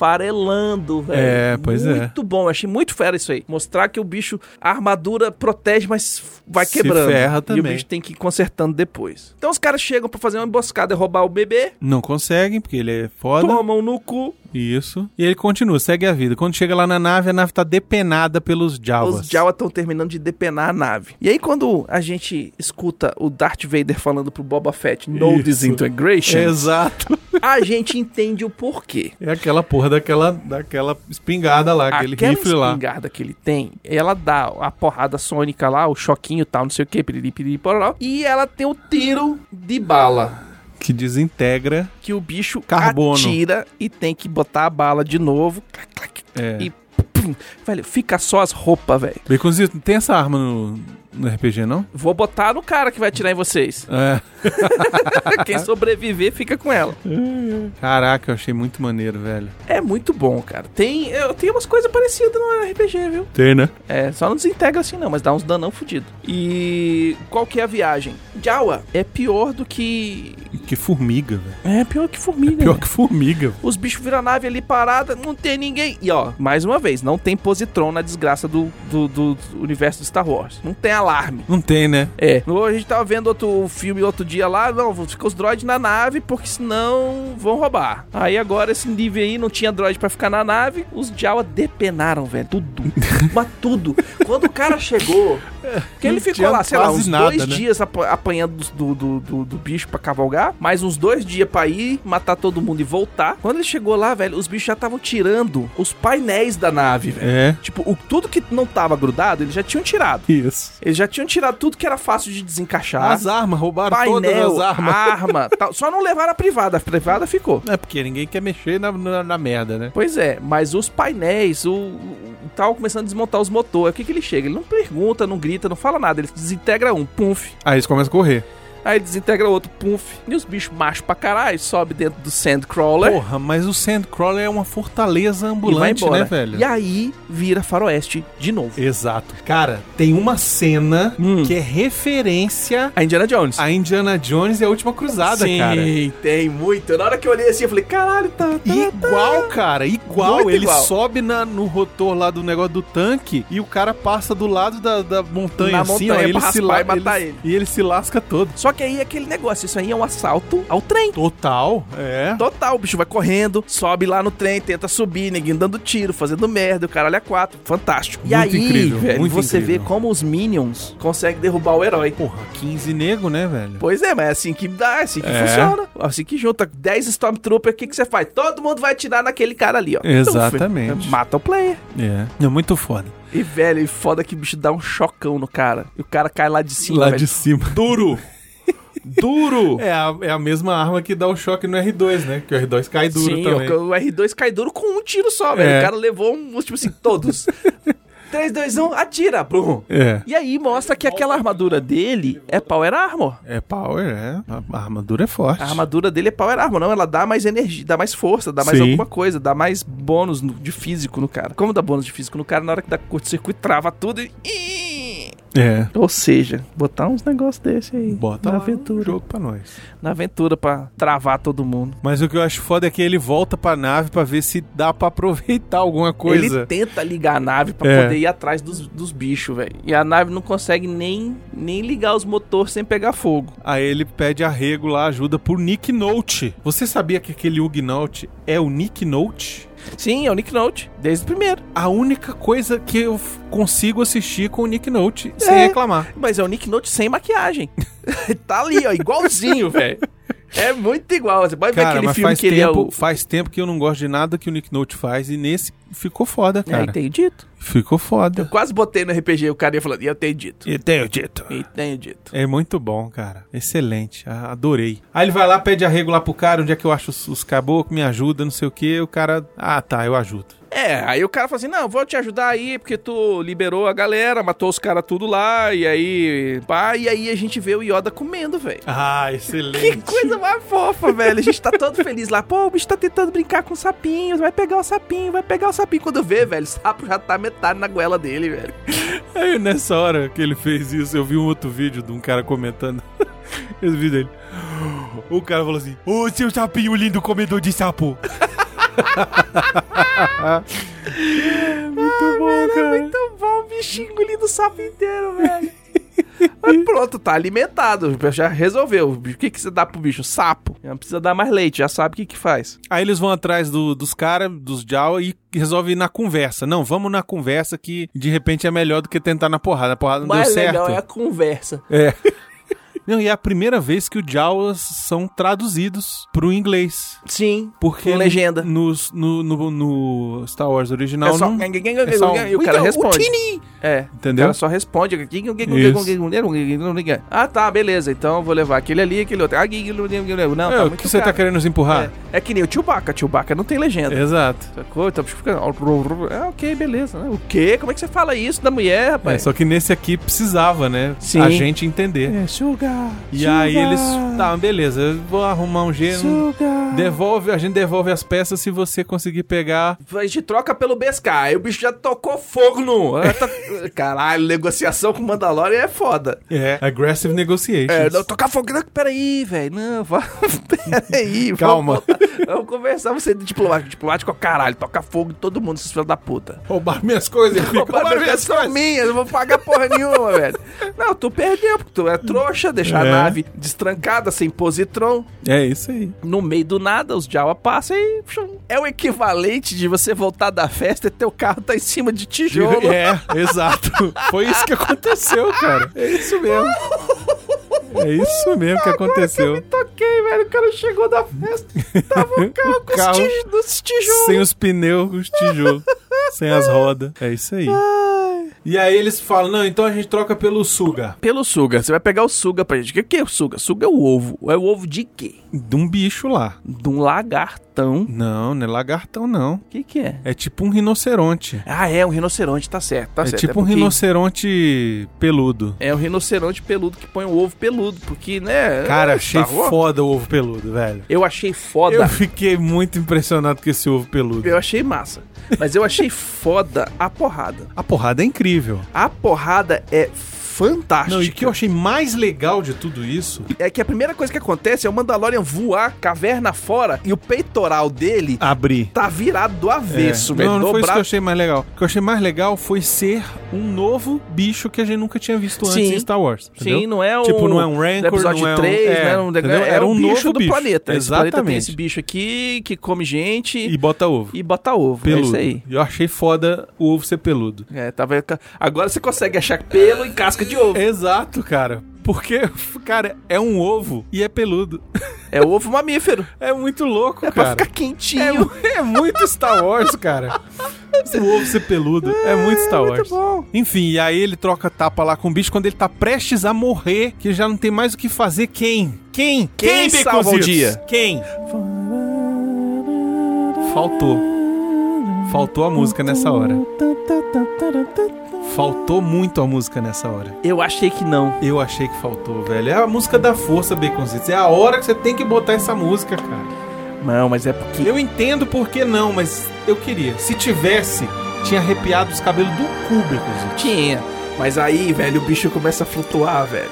B: esfarelando, velho.
A: É, pois é.
B: Muito bom, eu achei muito fera isso aí. Mostrar que o bicho, a armadura protege, mas vai
A: Se
B: quebrando.
A: ferra
B: E o
A: também.
B: bicho tem que ir consertando depois. Então os caras chegam pra fazer uma emboscada e roubar o bebê,
A: Não conseguem, porque ele é foda.
B: tomam no cu,
A: Isso. E ele continua, segue a vida. Quando chega lá na nave, a nave tá depenada pelos Jawas.
B: Os Jawa estão terminando de depenar a nave. E aí, quando a gente escuta o Darth Vader falando pro Boba Fett, no
A: Isso.
B: disintegration,
A: Exato.
B: a gente entende o porquê.
A: É aquela porra daquela, daquela espingada lá, aquele
B: Aquela
A: rifle lá.
B: espingarda que ele tem, ela dá a porrada sônica lá, o choquinho e tal, não sei o que, piriri, piriri, pororó, e ela tem o tiro de bala.
A: Que desintegra.
B: Que o bicho
A: Carbono.
B: atira e tem que botar a bala de novo. clac, clac,
A: É.
B: E pum, velho, fica só as roupas, velho.
A: Baconzito, não tem essa arma no, no RPG, não?
B: Vou botar no cara que vai atirar em vocês.
A: É.
B: Quem sobreviver fica com ela.
A: Caraca, eu achei muito maneiro, velho.
B: É muito bom, cara. Tem, eu tenho umas coisas parecidas no RPG, viu?
A: Tem, né?
B: É, só não desintegra assim não, mas dá uns danão fudido. E qual que é a viagem? Jawa é pior do que...
A: Que formiga, velho.
B: É pior que formiga.
A: Pior
B: né?
A: que formiga.
B: Os bichos viram a nave ali parada, não tem ninguém. E ó, mais uma vez, não tem positron na desgraça do, do, do universo de Star Wars. Não tem alarme.
A: Não tem, né?
B: É, no- a gente tava vendo outro filme outro dia lá, não, fica os droids na nave, porque senão vão roubar. Aí agora esse nível aí não tinha droid pra ficar na nave, os Jawa depenaram, velho, tudo. mas tudo. Quando o cara chegou, porque ele
A: não
B: ficou
A: tinha
B: lá, sei lá,
A: quase
B: uns
A: nada,
B: dois
A: né?
B: dias apa- apanhando dos- do, do, do, do bicho pra cavalgar, mais uns dois dias pra ir, matar todo mundo e voltar. Quando ele chegou lá, velho, os bichos já estavam tirando os painéis da nave, velho.
A: É.
B: Tipo, o, tudo que não tava grudado, eles já tinham tirado.
A: Isso.
B: Eles já tinham tirado tudo que era fácil de desencaixar.
A: As armas, roubaram todas
B: painel,
A: as armas.
B: arma, tal. Só não levaram a privada. A privada ficou.
A: É porque ninguém quer mexer na, na, na merda, né?
B: Pois é, mas os painéis, o, o o tal começando a desmontar os motores. O que que ele chega? Ele não pergunta, não grita, não fala nada. Ele desintegra um, pumf.
A: Aí eles começam a correr.
B: Aí desintegra outro, pumf. E os bichos machos pra caralho sobe dentro do Sandcrawler.
A: Porra, mas o Sandcrawler é uma fortaleza
B: e vai
A: ambulante,
B: embora.
A: né, velho?
B: E aí vira faroeste de novo.
A: Exato. Cara, tem uma cena
B: Hum.
A: que é referência
B: A Indiana Jones.
A: a Indiana Jones e a Última Cruzada,
B: Sim,
A: é cara.
B: tem muito. Na hora que eu olhei assim, eu falei, caralho, tá... tá-
A: Igual, cara, igual.
B: Muito
A: ele
B: igual.
A: sobe na- no rotor lá do negócio do tanque e o cara passa do lado da, da montanha
B: Na
A: assim,
B: montanha,
A: ó.
B: pra
A: Ele se,
B: raspar
A: la-
B: e matar ele.
A: e ele se lasca todo.
B: Só que aí é aquele negócio, isso aí é um assalto ao trem.
A: Total, é.
B: Total, o bicho vai correndo, sobe lá no trem, tenta subir, ninguém dando tiro, fazendo merda, o caralho é quatro. Fantástico. e
A: Muito
B: aí,
A: incrível,
B: velho,
A: muito
B: você
A: incrível.
B: vê como os Minions conseguem derrubar o herói.
A: Porra, 15 nego, né, velho?
B: Pois é, mas é assim que dá, é assim que
A: É.
B: funciona. Assim que junta 10 Stormtrooper, o que, que você faz? Todo mundo vai atirar naquele cara ali, ó.
A: Exatamente.
B: Tuf, mata o player.
A: É. É muito foda.
B: E, velho, e foda que o bicho dá um chocão no cara. E o cara cai lá de cima,
A: lá
B: velho.
A: de cima. Duro! duro! É a, é a mesma arma que dá o choque no R2, né? Que o R2 cai duro
B: Sim,
A: também.
B: o, o R2 cai duro com um tiro só, velho.
A: É.
B: O cara levou um, tipo assim, todos. 3, 2, 1, atira, Brum.
A: É.
B: E aí mostra que aquela armadura dele é Power Armor.
A: É power, é. A a armadura é forte.
B: A armadura dele é Power Armor, não. Ela dá mais energia, dá mais força, dá mais
A: Sim.
B: alguma coisa, dá mais bônus no- de físico no cara. Como dá bônus de físico no cara, na hora que dá curto-circuito, trava tudo e. Ih!
A: É.
B: Ou seja, botar uns negócios desse aí.
A: Bota
B: na
A: lá o
B: aventura.
A: jogo pra nós.
B: Na aventura pra travar todo mundo.
A: Mas o que eu acho foda é que ele volta pra nave pra ver se dá pra aproveitar alguma coisa.
B: Ele tenta ligar a nave pra
A: É.
B: poder ir atrás dos, dos bichos, velho. E a nave não consegue nem, nem ligar os motores sem pegar fogo.
A: Aí ele pede arrego lá, ajuda por Nick Note. Você sabia que aquele Huguenot é o Nick Note?
B: Sim, é o Nick Note, desde o primeiro.
A: A única coisa que eu f- consigo assistir com o Nick Note sem reclamar.
B: Mas é o Nick Note sem maquiagem. tá ali, ó, igualzinho, velho. É muito igual. Você pode ver
A: Cara,
B: aquele
A: mas
B: filme
A: faz
B: que ele é
A: tempo,
B: o.
A: faz tempo que eu não gosto de nada que o Nick Note faz e nesse ficou foda,
B: É,
A: cara.
B: entendido.
A: Ficou
B: Eu
A: foda.
B: quase botei no RPG o cara ia falando, e eu tenho dito.
A: Eu tenho dito.
B: E tenho dito.
A: É muito bom, cara. Excelente. A- Adorei. Aí ele vai lá, pede arrego lá pro cara, onde é que eu acho os, os caboclos, me ajuda, não sei o que. O cara, ah, tá, eu ajudo.
B: É, aí o cara fala assim: não, vou te ajudar aí, porque tu liberou a galera, matou os caras tudo lá, e aí. Pá, e aí a gente vê o Yoda comendo, velho.
A: Ah,
B: Que
A: excelente.
B: coisa mais fofa, velho. A gente tá todo feliz lá. Pô, o bicho tá tentando brincar com os sapinhos. Vai pegar o sapinho, vai pegar o sapinho. Quando vê, velho, o sapo já tá metade na goela dele, velho.
A: Aí nessa hora que ele fez isso, eu vi um outro vídeo de um cara comentando. Esse vídeo dele. O cara falou assim: Ô seu sapinho lindo comedor de sapo. é muito bom, cara.
B: Muito bom, o bichinho engolindo o sapo inteiro, velho. Mas pronto, tá alimentado. Já resolveu. O que, que você dá pro bicho? Sapo. Não precisa dar mais leite, já sabe o que, que faz.
A: Aí eles vão atrás do- dos caras, dos Jawa, e resolve ir na conversa. Não, vamos na conversa que de repente é melhor do que tentar na porrada. A porrada
B: O
A: não
B: mais
A: deu certo. É.
B: legal é a conversa.
A: Não, e é a primeira vez que os Jawas são traduzidos pro inglês.
B: Sim.
A: Porque
B: Com legenda.
A: nos- No, no, no Star Wars original
B: é só...
A: não.
B: é
A: só um-
B: E o cara
A: Então,
B: responde.
A: Tini!
B: É.
A: Entendeu?
B: O cara só responde.
A: Isso.
B: Ah, tá, beleza. Então eu vou levar aquele ali, aquele outro. Ah, Não,
A: É,
B: tá
A: o
B: muito
A: que você tá
B: caro.
A: querendo É. nos empurrar?
B: É, é que nem o Chewbacca. Chewbacca não tem legenda.
A: Exato.
B: Sacou? Então fica. Ah, ok, beleza. né? O quê? Como é que você fala isso da mulher,
A: É,
B: rapaz?
A: só que nesse aqui precisava, né?
B: Sim.
A: A gente entender.
B: É, sugar.
A: E aí eles. Tá, beleza, eu vou arrumar um gênio.
B: Sugar.
A: Devolve, a gente devolve as peças se você conseguir pegar
B: A gente troca pelo BSK. Aí o bicho já tocou fogo no. Ela tá- Caralho, negociação com o Mandalorian é foda.
A: É. Aggressive negotiations.
B: É, não, tocar fogo. Não, peraí, velho. Não, vá. Peraí,
A: Calma.
B: Vamos, vamos conversar, você é diplomático. Diplomático é o caralho. Toca fogo em todo mundo, esses filhos da puta.
A: Roubar minhas coisas, Henrique,
B: Roubaram minhas são minhas, não vou pagar porra nenhuma, velho. Não, tu perdeu, porque tu é trouxa, deixar
A: É.
B: a nave destrancada, sem positron.
A: É isso aí.
B: No meio do nada, os Jawa passam e. chum. É o equivalente de você voltar da festa e teu carro tá em cima de tijolo.
A: É, exato. Foi isso que aconteceu, cara. É isso mesmo. É isso mesmo que aconteceu.
B: Toquei, velho. O cara chegou da festa, tava o carro com
A: Carro
B: os tij- dos tijolos.
A: Sem os pneus, os tijolos. Sem as rodas. É isso aí. E aí eles falam, não, então a gente troca pelo Suga.
B: Pelo suga. Você vai pegar o suga pra gente. O que, que é o suga? Suga é o ovo. É o ovo de quê?
A: De um bicho lá.
B: De um lagartão.
A: Não, não é lagartão, não.
B: O que, que é?
A: É tipo um rinoceronte.
B: Ah, é um rinoceronte, tá certo, tá
A: é
B: certo.
A: tipo um
B: porque
A: rinoceronte peludo.
B: É um rinoceronte peludo que põe o ovo peludo, porque, né?
A: Cara,
B: é,
A: achei
B: tá bom.
A: foda o ovo peludo, velho.
B: Eu achei foda.
A: Eu fiquei muito impressionado com esse ovo peludo.
B: Eu achei massa. Mas eu achei foda a porrada.
A: A porrada é incrível.
B: A porrada é fantástica.
A: Não, e o que eu achei mais legal de tudo isso.
B: É que a primeira coisa que acontece é o Mandalorian voar caverna fora e o peitoral dele
A: Abrir.
B: tá virado do avesso, velho.
A: Ah. É. Não, não foi isso que eu
B: dobrado.
A: achei mais legal. O que eu achei mais legal foi ser um novo bicho que a gente nunca tinha visto antes
B: Sim.
A: em Star Wars. Entendeu?
B: Sim, não é o.
A: Tipo, não é um
B: do
A: Rancor,
B: episódio
A: não é um-
B: 3,
A: é,
B: né? Um,
A: entendeu?
B: é
A: Era
B: um
A: um
B: bicho
A: novo
B: do
A: bicho.
B: planeta. Esse planeta tem esse
A: Exatamente.
B: bicho aqui que come gente
A: E
B: e,
A: bota ovo.
B: bota ovo. É isso
A: peludo.
B: aí.
A: Eu achei foda o ovo ser peludo.
B: É, tava... Agora você consegue achar pelo e casca de ovo.
A: Exato, cara. Porque, cara, é um ovo e é peludo.
B: É ovo mamífero.
A: É muito louco,
B: É pra
A: cara.
B: ficar quentinho.
A: É, é muito Star Wars, cara. O ovo ser peludo. É muito Star Wars.
B: bom.
A: Enfim, e aí ele troca tapa lá com o bicho quando ele tá prestes a morrer, que já não tem mais o que fazer. Quem? Quem?
B: Quem salva o
A: Baconzitos?
B: dia?
A: Quem? Faltou. Faltou a música nessa hora. Faltou muito a música nessa hora.
B: Eu achei que não.
A: Eu achei que faltou, velho. É a música da força, Baconzitos. É a hora que você tem que botar essa música, cara.
B: Não, mas é porque.
A: Eu entendo por que não, mas eu queria. Se tivesse, tinha arrepiado os cabelos do cu, Baconzitos.
B: Tinha. Mas aí, velho, o bicho começa a flutuar, velho.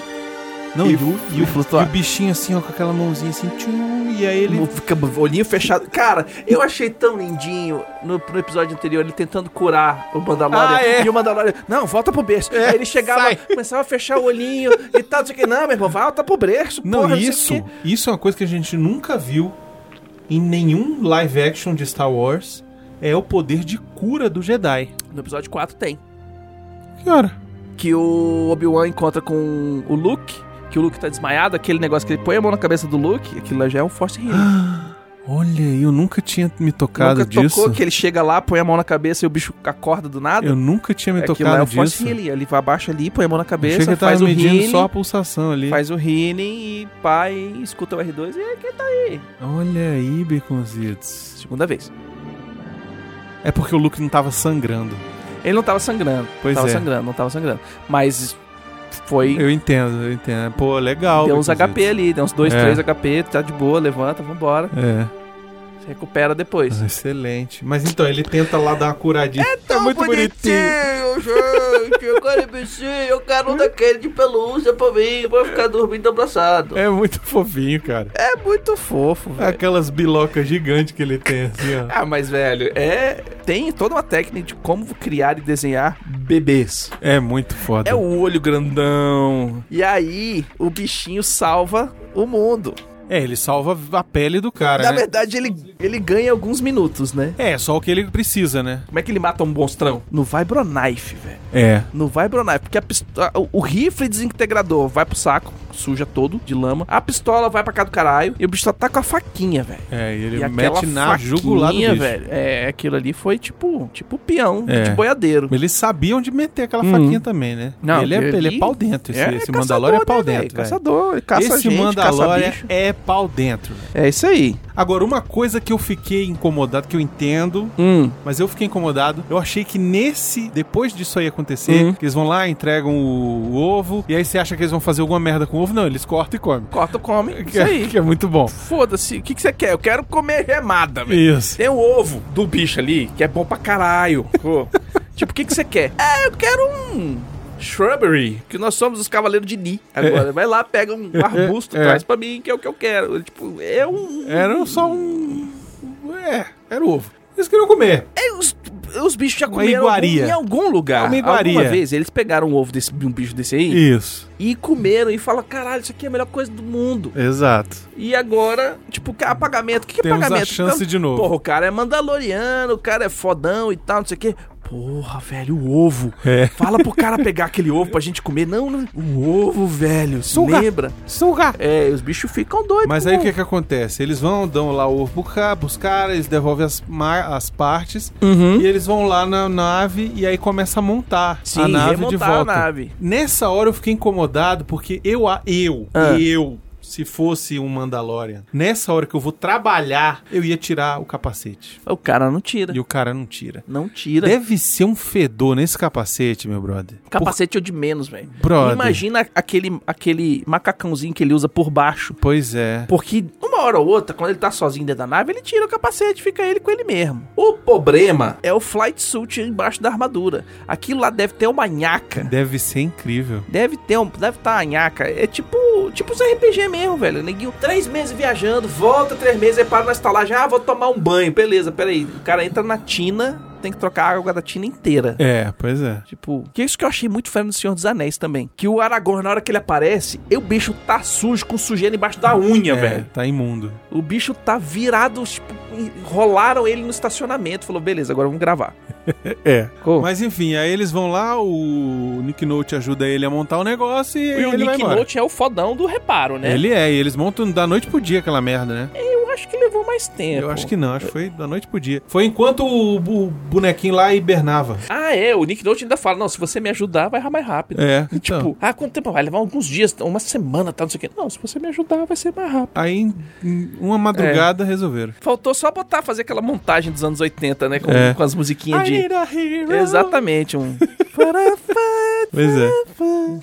A: Não,
B: E
A: e,
B: o-
A: o,
B: e o flutuar?
A: E o bichinho assim, ó, com aquela mãozinha assim, tchum, e aí ele...
B: Ele fica com o olhinho fechado. Cara, eu achei tão lindinho no, no episódio anterior ele tentando curar o Mandalorian.
A: Ah, é?
B: E o Mandalorian, não, volta pro berço.
A: É,
B: Aí ele chegava,
A: sai.
B: começava a fechar o olhinho e tal, não sei o que. Não, meu irmão, volta pro berço.
A: Não,
B: porra, sei o
A: isso,
B: quê."
A: isso é uma coisa que a gente nunca viu em nenhum live action de Star Wars. É o poder de cura do Jedi.
B: No episódio 4 tem.
A: Que hora?
B: Que o Obi-Wan encontra com o Luke. Que o Luke tá desmaiado, aquele negócio que ele põe a mão na cabeça do Luke, aquilo lá já é um force
A: Ah,
B: healing.
A: Olha, eu nunca tinha me tocado
B: Nunca
A: disso.
B: tocou que ele chega lá, põe a mão na cabeça e o bicho acorda do nada.
A: Eu nunca tinha me
B: aquilo lá é
A: tocado
B: o force
A: disso.
B: healing. Ele vai abaixo ali, põe a mão na
A: Achei que
B: cabeça,
A: eu tava
B: faz o
A: medindo
B: healing.
A: só a pulsação ali.
B: Faz o healing e pai escuta o R2 e é que tá
A: Olha aí, Baconzitos.
B: segunda vez.
A: É porque o Luke não tava sangrando.
B: Ele não tava sangrando.
A: Pois
B: tava
A: é.
B: sangrando, não tava sangrando. Mas foi.
A: Eu entendo, eu entendo. Pô, legal.
B: deu uns
A: Baconzitos.
B: HP ali, deu uns 2,
A: É.
B: 3 HP, tá de boa, levanta, vambora.
A: É.
B: Se recupera depois.
A: Ah, Excelente. Mas então, ele tenta lá dar uma curadinha. É
B: Tá
A: tão
B: gente. Eu quero bichinho, eu quero um daquele de pelúcia pra mim, pra ficar dormindo abraçado.
A: É muito fofinho, cara.
B: É muito fofo, velho.
A: Aquelas bilocas gigantes que ele tem, assim, ó.
B: Ah, mas velho, é. Tem toda uma técnica de como criar e desenhar bebês.
A: É muito foda.
B: É o olho grandão. E aí, o bichinho salva o mundo.
A: É, ele salva a pele do cara,
B: Na
A: né?
B: verdade, ele, ele ganha alguns minutos, né?
A: É, só o que ele precisa, né?
B: Como é que ele mata um monstrão? No Vibronife, velho.
A: É.
B: No Vibronife. Porque a pistola, o, o rifle desintegrador vai pro saco, suja todo de lama. A pistola vai pra cá do caralho. E o bicho só tá com a faquinha, velho.
A: É, e ele
B: e
A: mete na
B: faquinha,
A: jugular do bicho.
B: velho. É, aquilo ali foi tipo, tipo peão
A: É.
B: de boiadeiro.
A: Ele sabia onde meter aquela
B: Uhum.
A: faquinha também, né?
B: Não,
A: ele, é,
B: ele-
A: ele é pau dentro. Esse, esse
B: caçador,
A: Mandalorian é pau
B: né, velho?
A: dentro. velho.
B: Caçador, ele caça
A: esse
B: gente, caça
A: Mandalorian
B: bicho.
A: é pau dentro. velho.
B: É isso aí.
A: Agora, uma coisa que eu fiquei incomodado, que eu entendo,
B: Hum.
A: Mas eu fiquei incomodado. Eu achei que nesse. Depois disso aí acontecer,
B: Uhum.
A: que eles vão lá, entregam o, o ovo. E aí você acha que eles vão fazer alguma merda com o ovo? Não, eles cortam e comem.
B: Corta, come.
A: Que,
B: Isso
A: é-
B: aí.
A: que é muito bom.
B: Foda-se. O que, que você quer? Eu quero comer remada, velho.
A: Isso.
B: Tem o ovo do bicho ali, que é bom pra caralho. pô. tipo, o que, que você quer? É, eu quero um. Shrubbery, que nós somos os cavaleiros de Ni. Agora, vai lá, pega um arbusto,
A: É.
B: traz pra mim, que é o que eu quero. Eu, Tipo, é um.
A: Era só um. É, era o ovo. Eles queriam comer.
B: É, os, os bichos já comeram
A: iguaria. É
B: algum- em algum lugar.
A: Uma iguaria.
B: Alguma vez eles pegaram um ovo desse um bicho desse aí
A: Isso.
B: e comeram e falaram: caralho, isso aqui é a melhor coisa do mundo.
A: Exato.
B: E agora, tipo, que- apagamento. O que, que é
A: Temos
B: apagamento?
A: a chance de novo.
B: Porra, o cara é mandaloriano, o cara é fodão e tal, não sei o quê. Porra, velho, o ovo.
A: É.
B: Fala pro cara pegar aquele ovo pra gente comer. Não, não. O ovo, velho. se
A: Suga.
B: Lembra?
A: Sugar.
B: É, os bichos ficam doidos.
A: Mas
B: com
A: aí o
B: ovo.
A: que é? que acontece? Eles vão, dão lá o ovo pro cara, pros caras, eles devolvem as, ma- as partes.
B: Uhum.
A: E eles vão lá na nave e aí começa a montar
B: Sim,
A: a nave
B: remontar
A: de volta.
B: a nave.
A: Nessa hora eu fiquei incomodado porque eu, a- eu,
B: Ah.
A: eu, se fosse um Mandalorian, nessa hora que eu vou trabalhar, eu ia tirar o capacete.
B: O cara não tira.
A: E o cara não tira.
B: Não tira.
A: Deve ser um fedor nesse capacete, meu brother.
B: Capacete é o de menos, velho.
A: Brother.
B: Imagina aquele, aquele macacãozinho que ele usa por baixo.
A: Por- Pois é.
B: Porque uma hora ou outra, quando ele tá sozinho dentro da nave, ele tira o capacete, fica ele com ele mesmo. O problema é o flight suit embaixo da armadura. Aquilo lá deve ter uma nhaca.
A: Deve ser incrível.
B: Deve ter um, deve tá uma nhaca. É tipo, tipo os RPG mesmo, velho. Neguinho, três meses viajando, volta três meses, aí para na estalagem, ah, vou tomar um banho. Beleza, peraí. O cara entra na tina, tem que trocar a água da tina inteira.
A: É, pois é.
B: Tipo, que é isso que eu achei muito fera no Senhor dos Anéis também. Que o Aragorn, na hora que ele aparece, e o bicho tá sujo com sujeira embaixo da unha,
A: é,
B: velho.
A: Tá imundo.
B: O bicho tá virado, tipo, rolaram ele no estacionamento. Falou, beleza, agora vamos gravar.
A: É.
B: Pô.
A: Mas enfim, aí eles vão lá, o Nick Note ajuda ele a montar o negócio e,
B: E o
A: ele vai
B: Nick
A: embora.
B: Note é o fodão do reparo, né?
A: Ele é, e eles montam da noite pro dia aquela merda, né?
B: Eu acho que levou levou mais tempo.
A: Eu acho que não, acho que foi da noite pro dia. Foi enquanto o, bu- bonequinho lá hibernava.
B: Ah, é, o Nick Nolte ainda fala, não, se você me ajudar, vai errar mais rápido.
A: É,
B: E, Tipo,
A: então.
B: ah, quanto tempo vai? Levar alguns dias, uma semana, tal, não sei o quê. Não, se você me ajudar, vai ser mais rápido.
A: Aí, em- em uma
B: é.
A: madrugada, resolveram.
B: Faltou só botar, fazer aquela montagem dos anos 80, né? Com,
A: É.
B: com as musiquinhas
A: I
B: de...
A: need a hero.
B: Exatamente, um...
A: Pois é.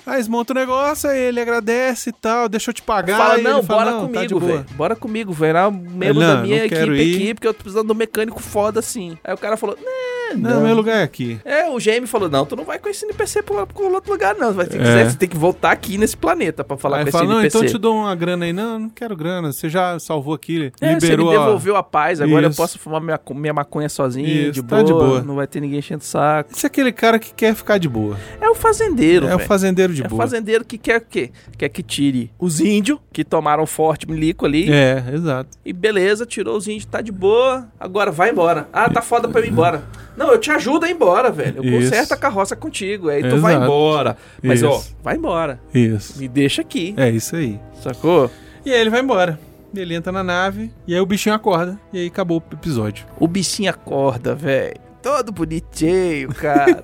A: Aí eles montam o negócio, aí ele agradece e tal, deixa eu te pagar.
B: Fala,
A: aí ele
B: não, bora
A: "Não, tá de
B: comigo,
A: boa."
B: velho. Bora comigo, velho. Era um membro
A: Não,
B: da minha
A: não quero
B: equipe
A: ir.
B: aqui, porque eu tô precisando de um mecânico foda assim. Aí o cara falou, né,
A: Não,
B: não.
A: meu lugar é aqui.
B: É, o GM falou, não, tu não vai com esse NPC pra, pra outro lugar, não. Vai ter que, quiser, você tem que voltar aqui nesse planeta pra falar
A: É. aí
B: com
A: fala,
B: esse
A: não,
B: NPC.
A: então eu te dou uma grana aí. Não, não quero grana, você já salvou aqui,
B: É,
A: liberou
B: você me
A: a-
B: devolveu a paz, agora
A: Isso.
B: eu posso fumar minha, minha maconha sozinho,
A: Isso,
B: de,
A: tá
B: boa,
A: de boa.
B: não vai ter ninguém enchendo o saco.
A: Esse é aquele cara que quer ficar de boa.
B: É o fazendeiro,
A: é o
B: velho.
A: fazendeiro de
B: É o
A: boa.
B: fazendeiro que quer o quê? Quer que tire os índios que tomaram forte milico ali.
A: É, exato.
B: E beleza, tirou os índios, tá de boa. Agora vai embora. Ah, tá foda pra eu ir embora. Não, eu te ajudo a ir embora, velho. Eu
A: Isso.
B: conserto a carroça contigo. Aí tu vai
A: Exato.
B: embora. Mas ó,
A: Isso.
B: vai embora.
A: Isso.
B: Me deixa aqui.
A: É isso aí.
B: Sacou?
A: E aí ele vai embora. Ele entra na nave, e aí o bichinho acorda, e aí acabou o episódio.
B: O bichinho acorda, velho. Todo bonitinho, cara.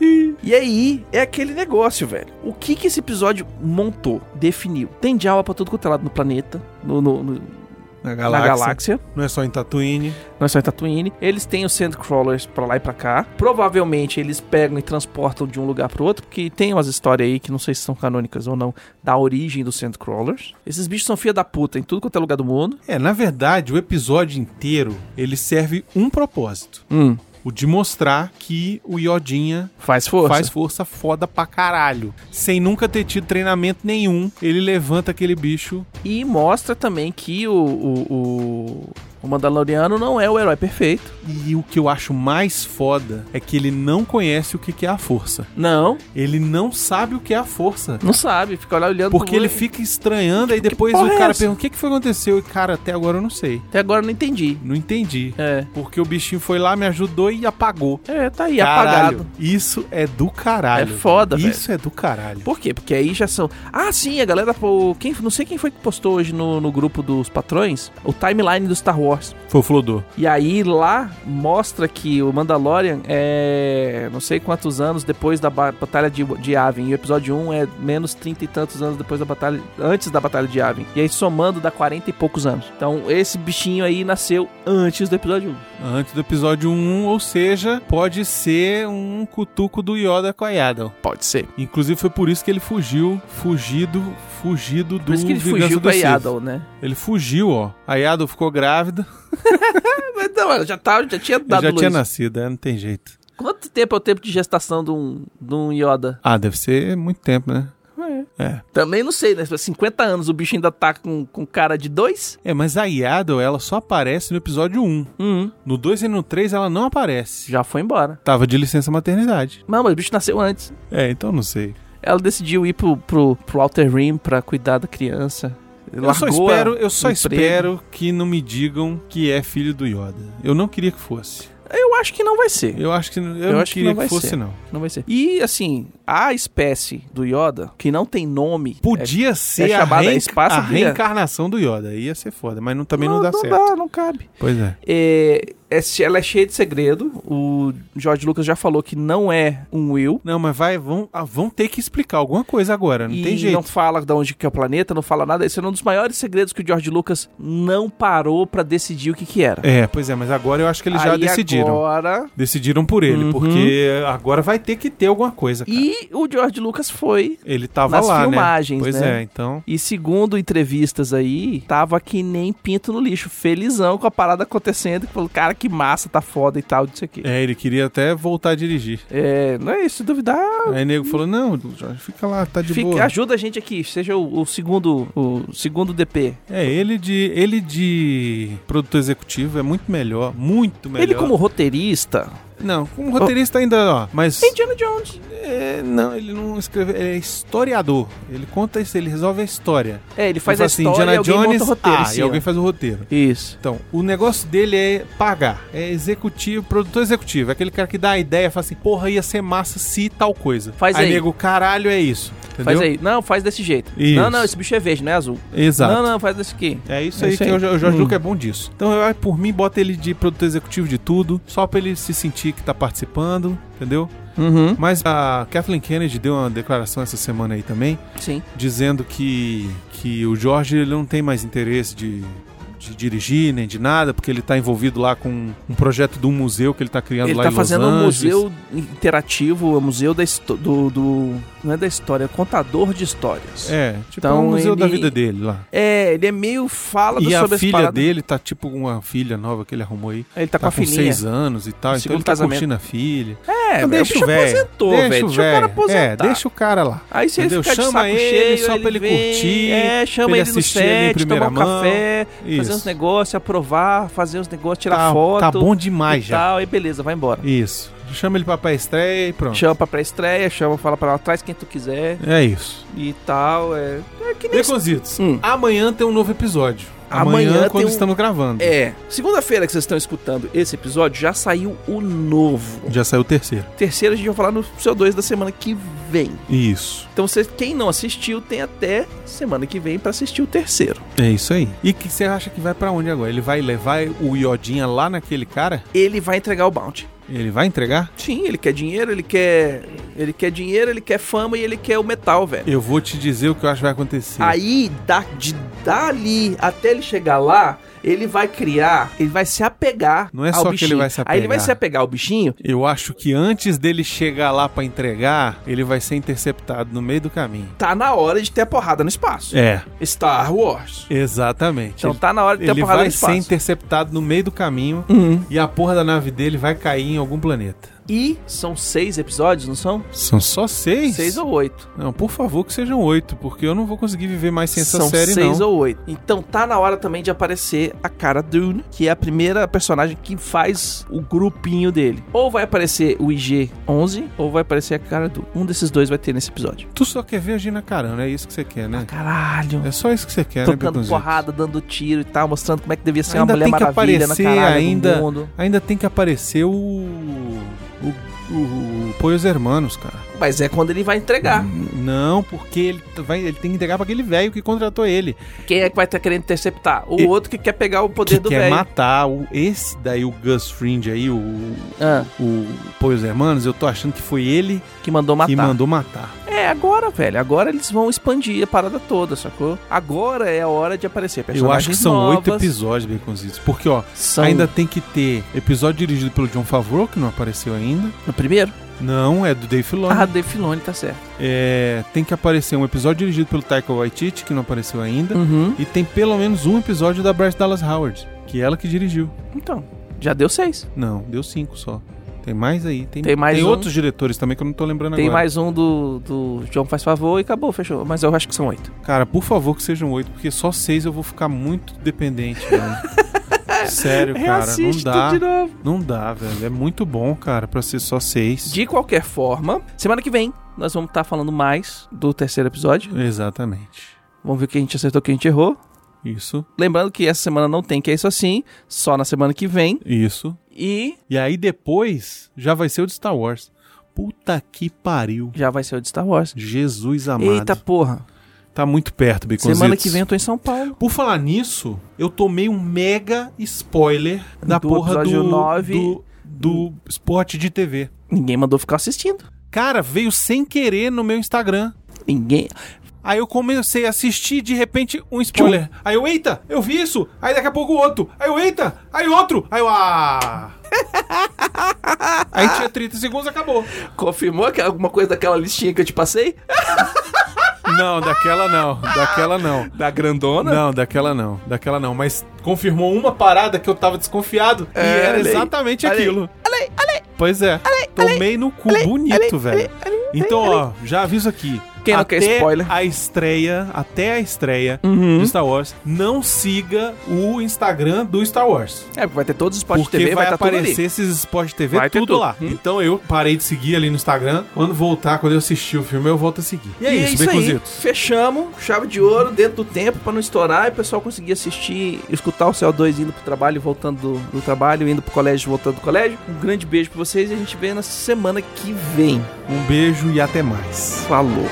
B: e aí, é aquele negócio, velho. O que que esse episódio montou, definiu? Tem Jawa pra todo quanto é lado no planeta, no, no- no-
A: Na
B: na
A: galáxia.
B: galáxia.
A: Não é só em Tatooine.
B: Não é só em Tatooine. Eles têm os Sandcrawlers pra lá e pra cá. Provavelmente eles pegam e transportam de um lugar pro outro, porque tem umas histórias aí que não sei se são canônicas ou não, da origem dos Sandcrawlers. Esses bichos são filha da puta em tudo quanto é lugar do mundo.
A: É, na verdade, o episódio inteiro, ele serve um propósito.
B: Hum,
A: O de mostrar que o Iodinha
B: faz força.
A: faz força foda pra caralho. Sem nunca ter tido treinamento nenhum, ele levanta aquele bicho.
B: E mostra também que o, o, o, o Mandaloriano não é o herói perfeito.
A: E o que eu acho mais foda é que ele não conhece o que que é a força.
B: Não,
A: Ele não sabe o que é a força.
B: não sabe. Fica lá olhando
A: Porque
B: pro
A: ele
B: olho.
A: fica estranhando, aí depois
B: porra
A: o
B: é
A: cara
B: essa?
A: pergunta: o que, que foi que aconteceu? E cara, até agora eu não sei.
B: Até agora eu não entendi.
A: Não entendi.
B: É.
A: Porque o bichinho foi lá, me ajudou e apagou.
B: É, tá aí,
A: Caralho,
B: apagado.
A: Isso é do caralho.
B: É foda, velho.
A: Isso é do caralho.
B: Por quê? Porque aí já são. Ah, sim, a galera. pô, Quem, não sei quem foi que postou hoje no, no grupo dos patrões o timeline do Star Wars.
A: Foi o Flodô.
B: E aí lá mostra que o Mandalorian é. não sei quantos anos depois da ba- Batalha de, de Yavin. E o episódio 1 é menos 30 e tantos anos depois da batalha. antes da Batalha de Yavin. E aí somando dá 40 e poucos anos. Então esse bichinho aí nasceu antes do episódio 1.
A: Antes do episódio 1, ou seja, pode ser um cutuco do Yoda com a Yaddle.
B: Pode ser.
A: Inclusive foi por isso que ele fugiu, fugido, fugido do
B: Por isso que ele
A: Vingança
B: fugiu
A: do
B: com a
A: Sith.
B: Yaddle, né?
A: Ele fugiu, ó. A Yaddle ficou grávida.
B: Mas não, ela já, tá, já tinha
A: Ele
B: dado
A: já
B: luz.
A: tinha nascido, é, não tem jeito.
B: Quanto tempo é o tempo de gestação de um, de um Yoda?
A: Ah, deve ser muito tempo, né? É.
B: Também não sei, né? 50 anos o bicho ainda tá com, com cara de dois?
A: É, mas a Yaddle, ela só aparece no episódio 1.
B: Hum,
A: No 2 e no 3 ela não aparece.
B: já foi embora.
A: Tava de licença maternidade.
B: Não, mas o bicho nasceu antes.
A: É, então não sei.
B: Ela decidiu ir pro, pro, pro Outer Rim pra cuidar da criança.
A: Eu só
B: Largou a-
A: espero, eu só
B: o emprego.
A: espero que não me digam que é filho do Yoda. Eu não queria que fosse.
B: Eu acho que não vai ser.
A: Eu acho que eu,
B: Eu
A: não
B: acho que
A: queria
B: não
A: que,
B: vai
A: fosse
B: ser.
A: não.
B: Não vai ser. E, assim, a espécie do Yoda, que não tem nome... é
A: Podia ser a,
B: chamada
A: reen-
B: espaço
A: a
B: de-
A: reencarnação do Yoda. Ia ser foda, mas não- também não, dá certo.
B: Não dá, não cabe.
A: Pois é.
B: É, é che- ela é cheia de segredo. O George Lucas já falou que não é um Will.
A: Não, mas vai, vão, ah, vão ter que explicar alguma coisa agora, não
B: e
A: tem jeito.
B: não fala de onde que é o planeta, não fala nada. Esse é um dos maiores segredos que o George Lucas não parou pra decidir o que que era.
A: É, pois é, mas agora eu acho que eles já
B: Aí
A: decidiram. É,
B: Agora...
A: Decidiram por ele,
B: Uhum.
A: porque agora vai ter que ter alguma coisa, cara.
B: E o George Lucas foi.
A: Ele tava
B: Nas
A: lá, né?
B: filmagens,
A: Pois
B: né?
A: é, então...
B: E segundo entrevistas aí, tava que nem pinto no lixo, felizão com a parada acontecendo, que falou, cara, que massa, tá foda e tal, disso aqui.
A: É, ele queria até voltar a dirigir.
B: É, não é isso, se duvidar,
A: Aí o nego falou: Não, Jorge, fica lá, tá de
B: fica-
A: boa.
B: ajuda a gente aqui, seja o, o segundo o segundo DP.
A: É, ele de, ele de produtor executivo é muito melhor, muito melhor.
B: Ele como roteirista,
A: Não, como roteirista ainda, ó. Mas.
B: é Indiana Jones.
A: é, não, ele não escreveu. Ele é historiador. Ele conta isso, ele resolve a história.
B: É, ele faz
A: Ele fala assim,
B: a história e alguém monta o roteiro.
A: ah,
B: em
A: e
B: cima.
A: alguém faz o roteiro.
B: Isso.
A: Então, o negócio dele é pagar. É executivo, produtor executivo. É aquele cara que dá a ideia, fala assim, porra, ia ser massa se tal coisa.
B: Faz aí.
A: nego, caralho, é isso. Entendeu?
B: Faz aí. Não, faz desse jeito.
A: Isso.
B: Não, não, esse bicho é verde, não é azul.
A: Exato.
B: Não, não, faz desse aqui.
A: É isso
B: É
A: aí
B: isso
A: que
B: aí.
A: o Jo- o Jorge
B: Hum.
A: Lucas é bom disso. Então, eu, por mim, bota ele de produtor executivo de tudo, só pra ele se sentir que tá participando, entendeu?
B: Uhum.
A: Mas a Kathleen Kennedy deu uma declaração essa semana aí também,
B: Sim.
A: dizendo que, que o Jorge ele não tem mais interesse de, de dirigir nem de nada, porque ele tá envolvido lá com um projeto de um museu que ele tá criando
B: Ele
A: lá
B: tá
A: em
B: fazendo
A: Los
B: um
A: Angeles.
B: museu interativo, um museu da histo- do, do. Não é da história, é contador de histórias.
A: É, tipo
B: Então,
A: um museu da
B: ele-
A: vida dele lá.
B: É, ele é meio fala do-
A: E a
B: sobre as
A: filha
B: paradas.
A: dele tá tipo uma filha nova que ele arrumou aí.
B: Ele tá, com a
A: com
B: filhinha.
A: seis anos e tal, então
B: Segundo
A: ele tá
B: casamento.
A: curtindo a filha.
B: É,
A: Então
B: velho, o bicho
A: véio.
B: aposentou,
A: Deixa
B: velho.
A: o
B: Deixa o cara
A: véio. É,
B: aposentar.
A: deixa o cara lá.
B: Aí você
A: Entendeu?
B: fica de
A: Chama
B: saco
A: ele
B: cheio,
A: só pra ele
B: vem,
A: curtir,
B: É,
A: pra
B: chama
A: ele
B: ele, no
A: assistir ele em
B: set,
A: primeira
B: tomar um
A: mão.
B: café, fazer
A: Isso.
B: uns negócios, aprovar, fazer uns negócios, tirar
A: tá,
B: foto.
A: tá bom demais
B: e
A: já.
B: tal, e beleza, vai embora.
A: Isso. Chama ele pra pré-estreia e pronto.
B: Chama pra pré-estreia, chama, fala pra ela, traz quem tu quiser
A: É isso.
B: e tal. É, é que nem.
A: Reconzitos.
B: Hum.
A: Amanhã tem um novo episódio.
B: Amanhã
A: Amanhã,
B: tem
A: quando
B: um-
A: estamos gravando.
B: É, segunda-feira que vocês estão escutando esse episódio, já saiu o novo.
A: Já saiu o terceiro.
B: Terceiro a gente vai falar no seu 2 da semana que vem.
A: Isso.
B: Então você, quem não assistiu, tem até semana que vem pra assistir o terceiro.
A: É isso aí. E que você acha que vai pra onde agora? Ele vai levar o Iodinha lá naquele cara?
B: Ele vai entregar o bounty.
A: Ele vai entregar?
B: Sim, ele quer dinheiro, ele quer. Ele quer dinheiro, ele quer fama e ele quer o metal, velho.
A: Eu vou te dizer o que eu acho que vai acontecer.
B: Aí, da, de dali até ele chegar lá, ele vai criar, ele vai se apegar.
A: Não é
B: ao
A: só que
B: bichinho.
A: ele vai se
B: Aí ele vai
A: apegar.
B: se apegar ao bichinho.
A: Eu acho que antes dele chegar lá pra entregar, ele vai ser interceptado no meio do caminho.
B: Tá na hora de ter a porrada no espaço.
A: É,
B: Star Wars.
A: exatamente.
B: Então
A: ele
B: tá na hora de ter a
A: ele
B: porrada
A: vai
B: no
A: um.
B: espaço.
A: ser interceptado no meio do caminho
B: Uhum.
A: e a porra da nave dele vai cair em algum planeta.
B: E são seis episódios, não são?
A: São só seis?
B: Seis ou oito.
A: Não, por favor que sejam oito, porque eu não vou conseguir viver mais sem essa
B: São
A: série,
B: seis
A: não.
B: ou oito. Então tá na hora também de aparecer a cara Dune, que é a primeira personagem que faz o grupinho dele. Ou vai aparecer o IG-11, ou vai aparecer a cara Dune. Um desses dois vai ter nesse episódio.
A: Tu só quer ver a Gina Carano, é isso que você quer, né?
B: Caralho.
A: É só isso que você quer, né,
B: Trocando
A: Betonzito?
B: Ah, porrada, dando tiro e tal, mostrando como é que devia ser
A: Ainda
B: uma
A: tem
B: Mulher
A: que
B: Maravilha na
A: aparecer
B: caralho
A: ainda-
B: do mundo.
A: Ainda tem que aparecer o... O... O... o Poios Hermanos, cara.
B: Mas é quando ele vai
A: Hum.
B: entregar.
A: Não, porque ele, t- vai, ele tem que entregar pra aquele velho que contratou ele.
B: Quem é que vai estar querendo interceptar? O
A: E-
B: outro que quer pegar o poder
A: Que
B: do
A: quer
B: velho.
A: matar o, esse daí, o Gus Fringe aí, o,
B: Ah,
A: o Poios Hermanos. Eu tô achando que foi ele
B: que mandou matar.
A: que mandou matar.
B: É, agora, velho. Agora eles vão expandir a parada toda, sacou? Agora é a hora de aparecer
A: Eu
B: personagens
A: acho que são
B: novas,
A: oito episódios, Baconzitos. Porque, ó,
B: São
A: ainda tem que ter episódio dirigido pelo John Favreau, que não apareceu ainda.
B: No primeiro?
A: Não, é do Dave Filoni.
B: Ah, Dave Filoni, tá certo.
A: É, tem que aparecer um episódio dirigido pelo Taika Waititi, que não apareceu ainda.
B: Uhum.
A: E tem pelo menos um episódio da Bryce Dallas Howard, que é ela que dirigiu.
B: Então, já deu seis.
A: Não, deu cinco só. Tem mais aí. Tem,
B: Tem mais um.
A: outros diretores também que eu não tô lembrando
B: Tem
A: agora.
B: mais um do, do João Faz Favor e acabou, fechou. Mas eu acho que são oito.
A: Cara, por favor que sejam oito, porque só seis eu vou ficar muito dependente, velho. Sério, cara, não
B: Reassiste
A: dá.
B: tudo de novo.
A: Não dá, velho. É muito bom, cara, pra ser só seis.
B: De qualquer forma, semana que vem nós vamos estar falando mais do terceiro episódio.
A: Exatamente.
B: Vamos ver o que a gente acertou, o que a gente errou.
A: Isso,
B: Lembrando que essa semana não tem, que é isso assim. Só na semana que vem.
A: isso.
B: E
A: E aí depois já vai ser o de Star Wars. Puta que pariu.
B: já vai ser o de Star Wars.
A: Jesus amado.
B: Eita porra.
A: Tá muito perto, Baconzitos.
B: Semana que vem eu tô em São Paulo.
A: Por falar nisso, eu tomei um mega spoiler da
B: Do
A: porra
B: episódio
A: do,
B: nove.
A: do do esporte de TV.
B: Ninguém mandou ficar assistindo.
A: Cara, veio sem querer no meu Instagram.
B: Ninguém.
A: Aí eu comecei a assistir, de repente, um spoiler. Aí eu, eita, eu vi isso. Aí daqui a pouco outro. Aí eu, eita, aí outro. Aí eu, ah... Aí tinha 30 segundos, acabou.
B: Confirmou que é alguma coisa daquela listinha que eu te passei?
A: Não, daquela não. Daquela não.
B: Da grandona?
A: Não, daquela não. Daquela não. Mas confirmou uma parada que eu tava desconfiado.
B: É,
A: e era
B: olha aí.
A: exatamente
B: Olha aí.
A: aquilo. Pois é. Tomei no cu. Bonito, velho. Então, ó, já aviso aqui.
B: Quem não
A: até
B: quer spoiler? Uhum.
A: a estreia, até a estreia do Star Wars, não siga o Instagram do Star Wars.
B: É, porque vai ter todos os spots de
A: Porque
B: TV,
A: vai,
B: vai estar tudo
A: aparecer
B: ali.
A: esses spots de TV
B: Vai ter
A: tudo,
B: tudo. Hum?
A: lá. Então eu parei de seguir ali no Instagram. Quando voltar, quando eu assistir o filme, eu volto a seguir. E é isso,
B: aí.
A: Baconzitos.
B: Fechamos, chave de ouro, dentro do tempo, pra não estourar e o pessoal conseguir assistir, escutar o CO2 indo pro trabalho, voltando do, do trabalho, indo pro colégio, voltando do colégio. Um grande beijo pra vocês e a gente vê na semana que vem.
A: Um beijo e até mais.
B: Falou.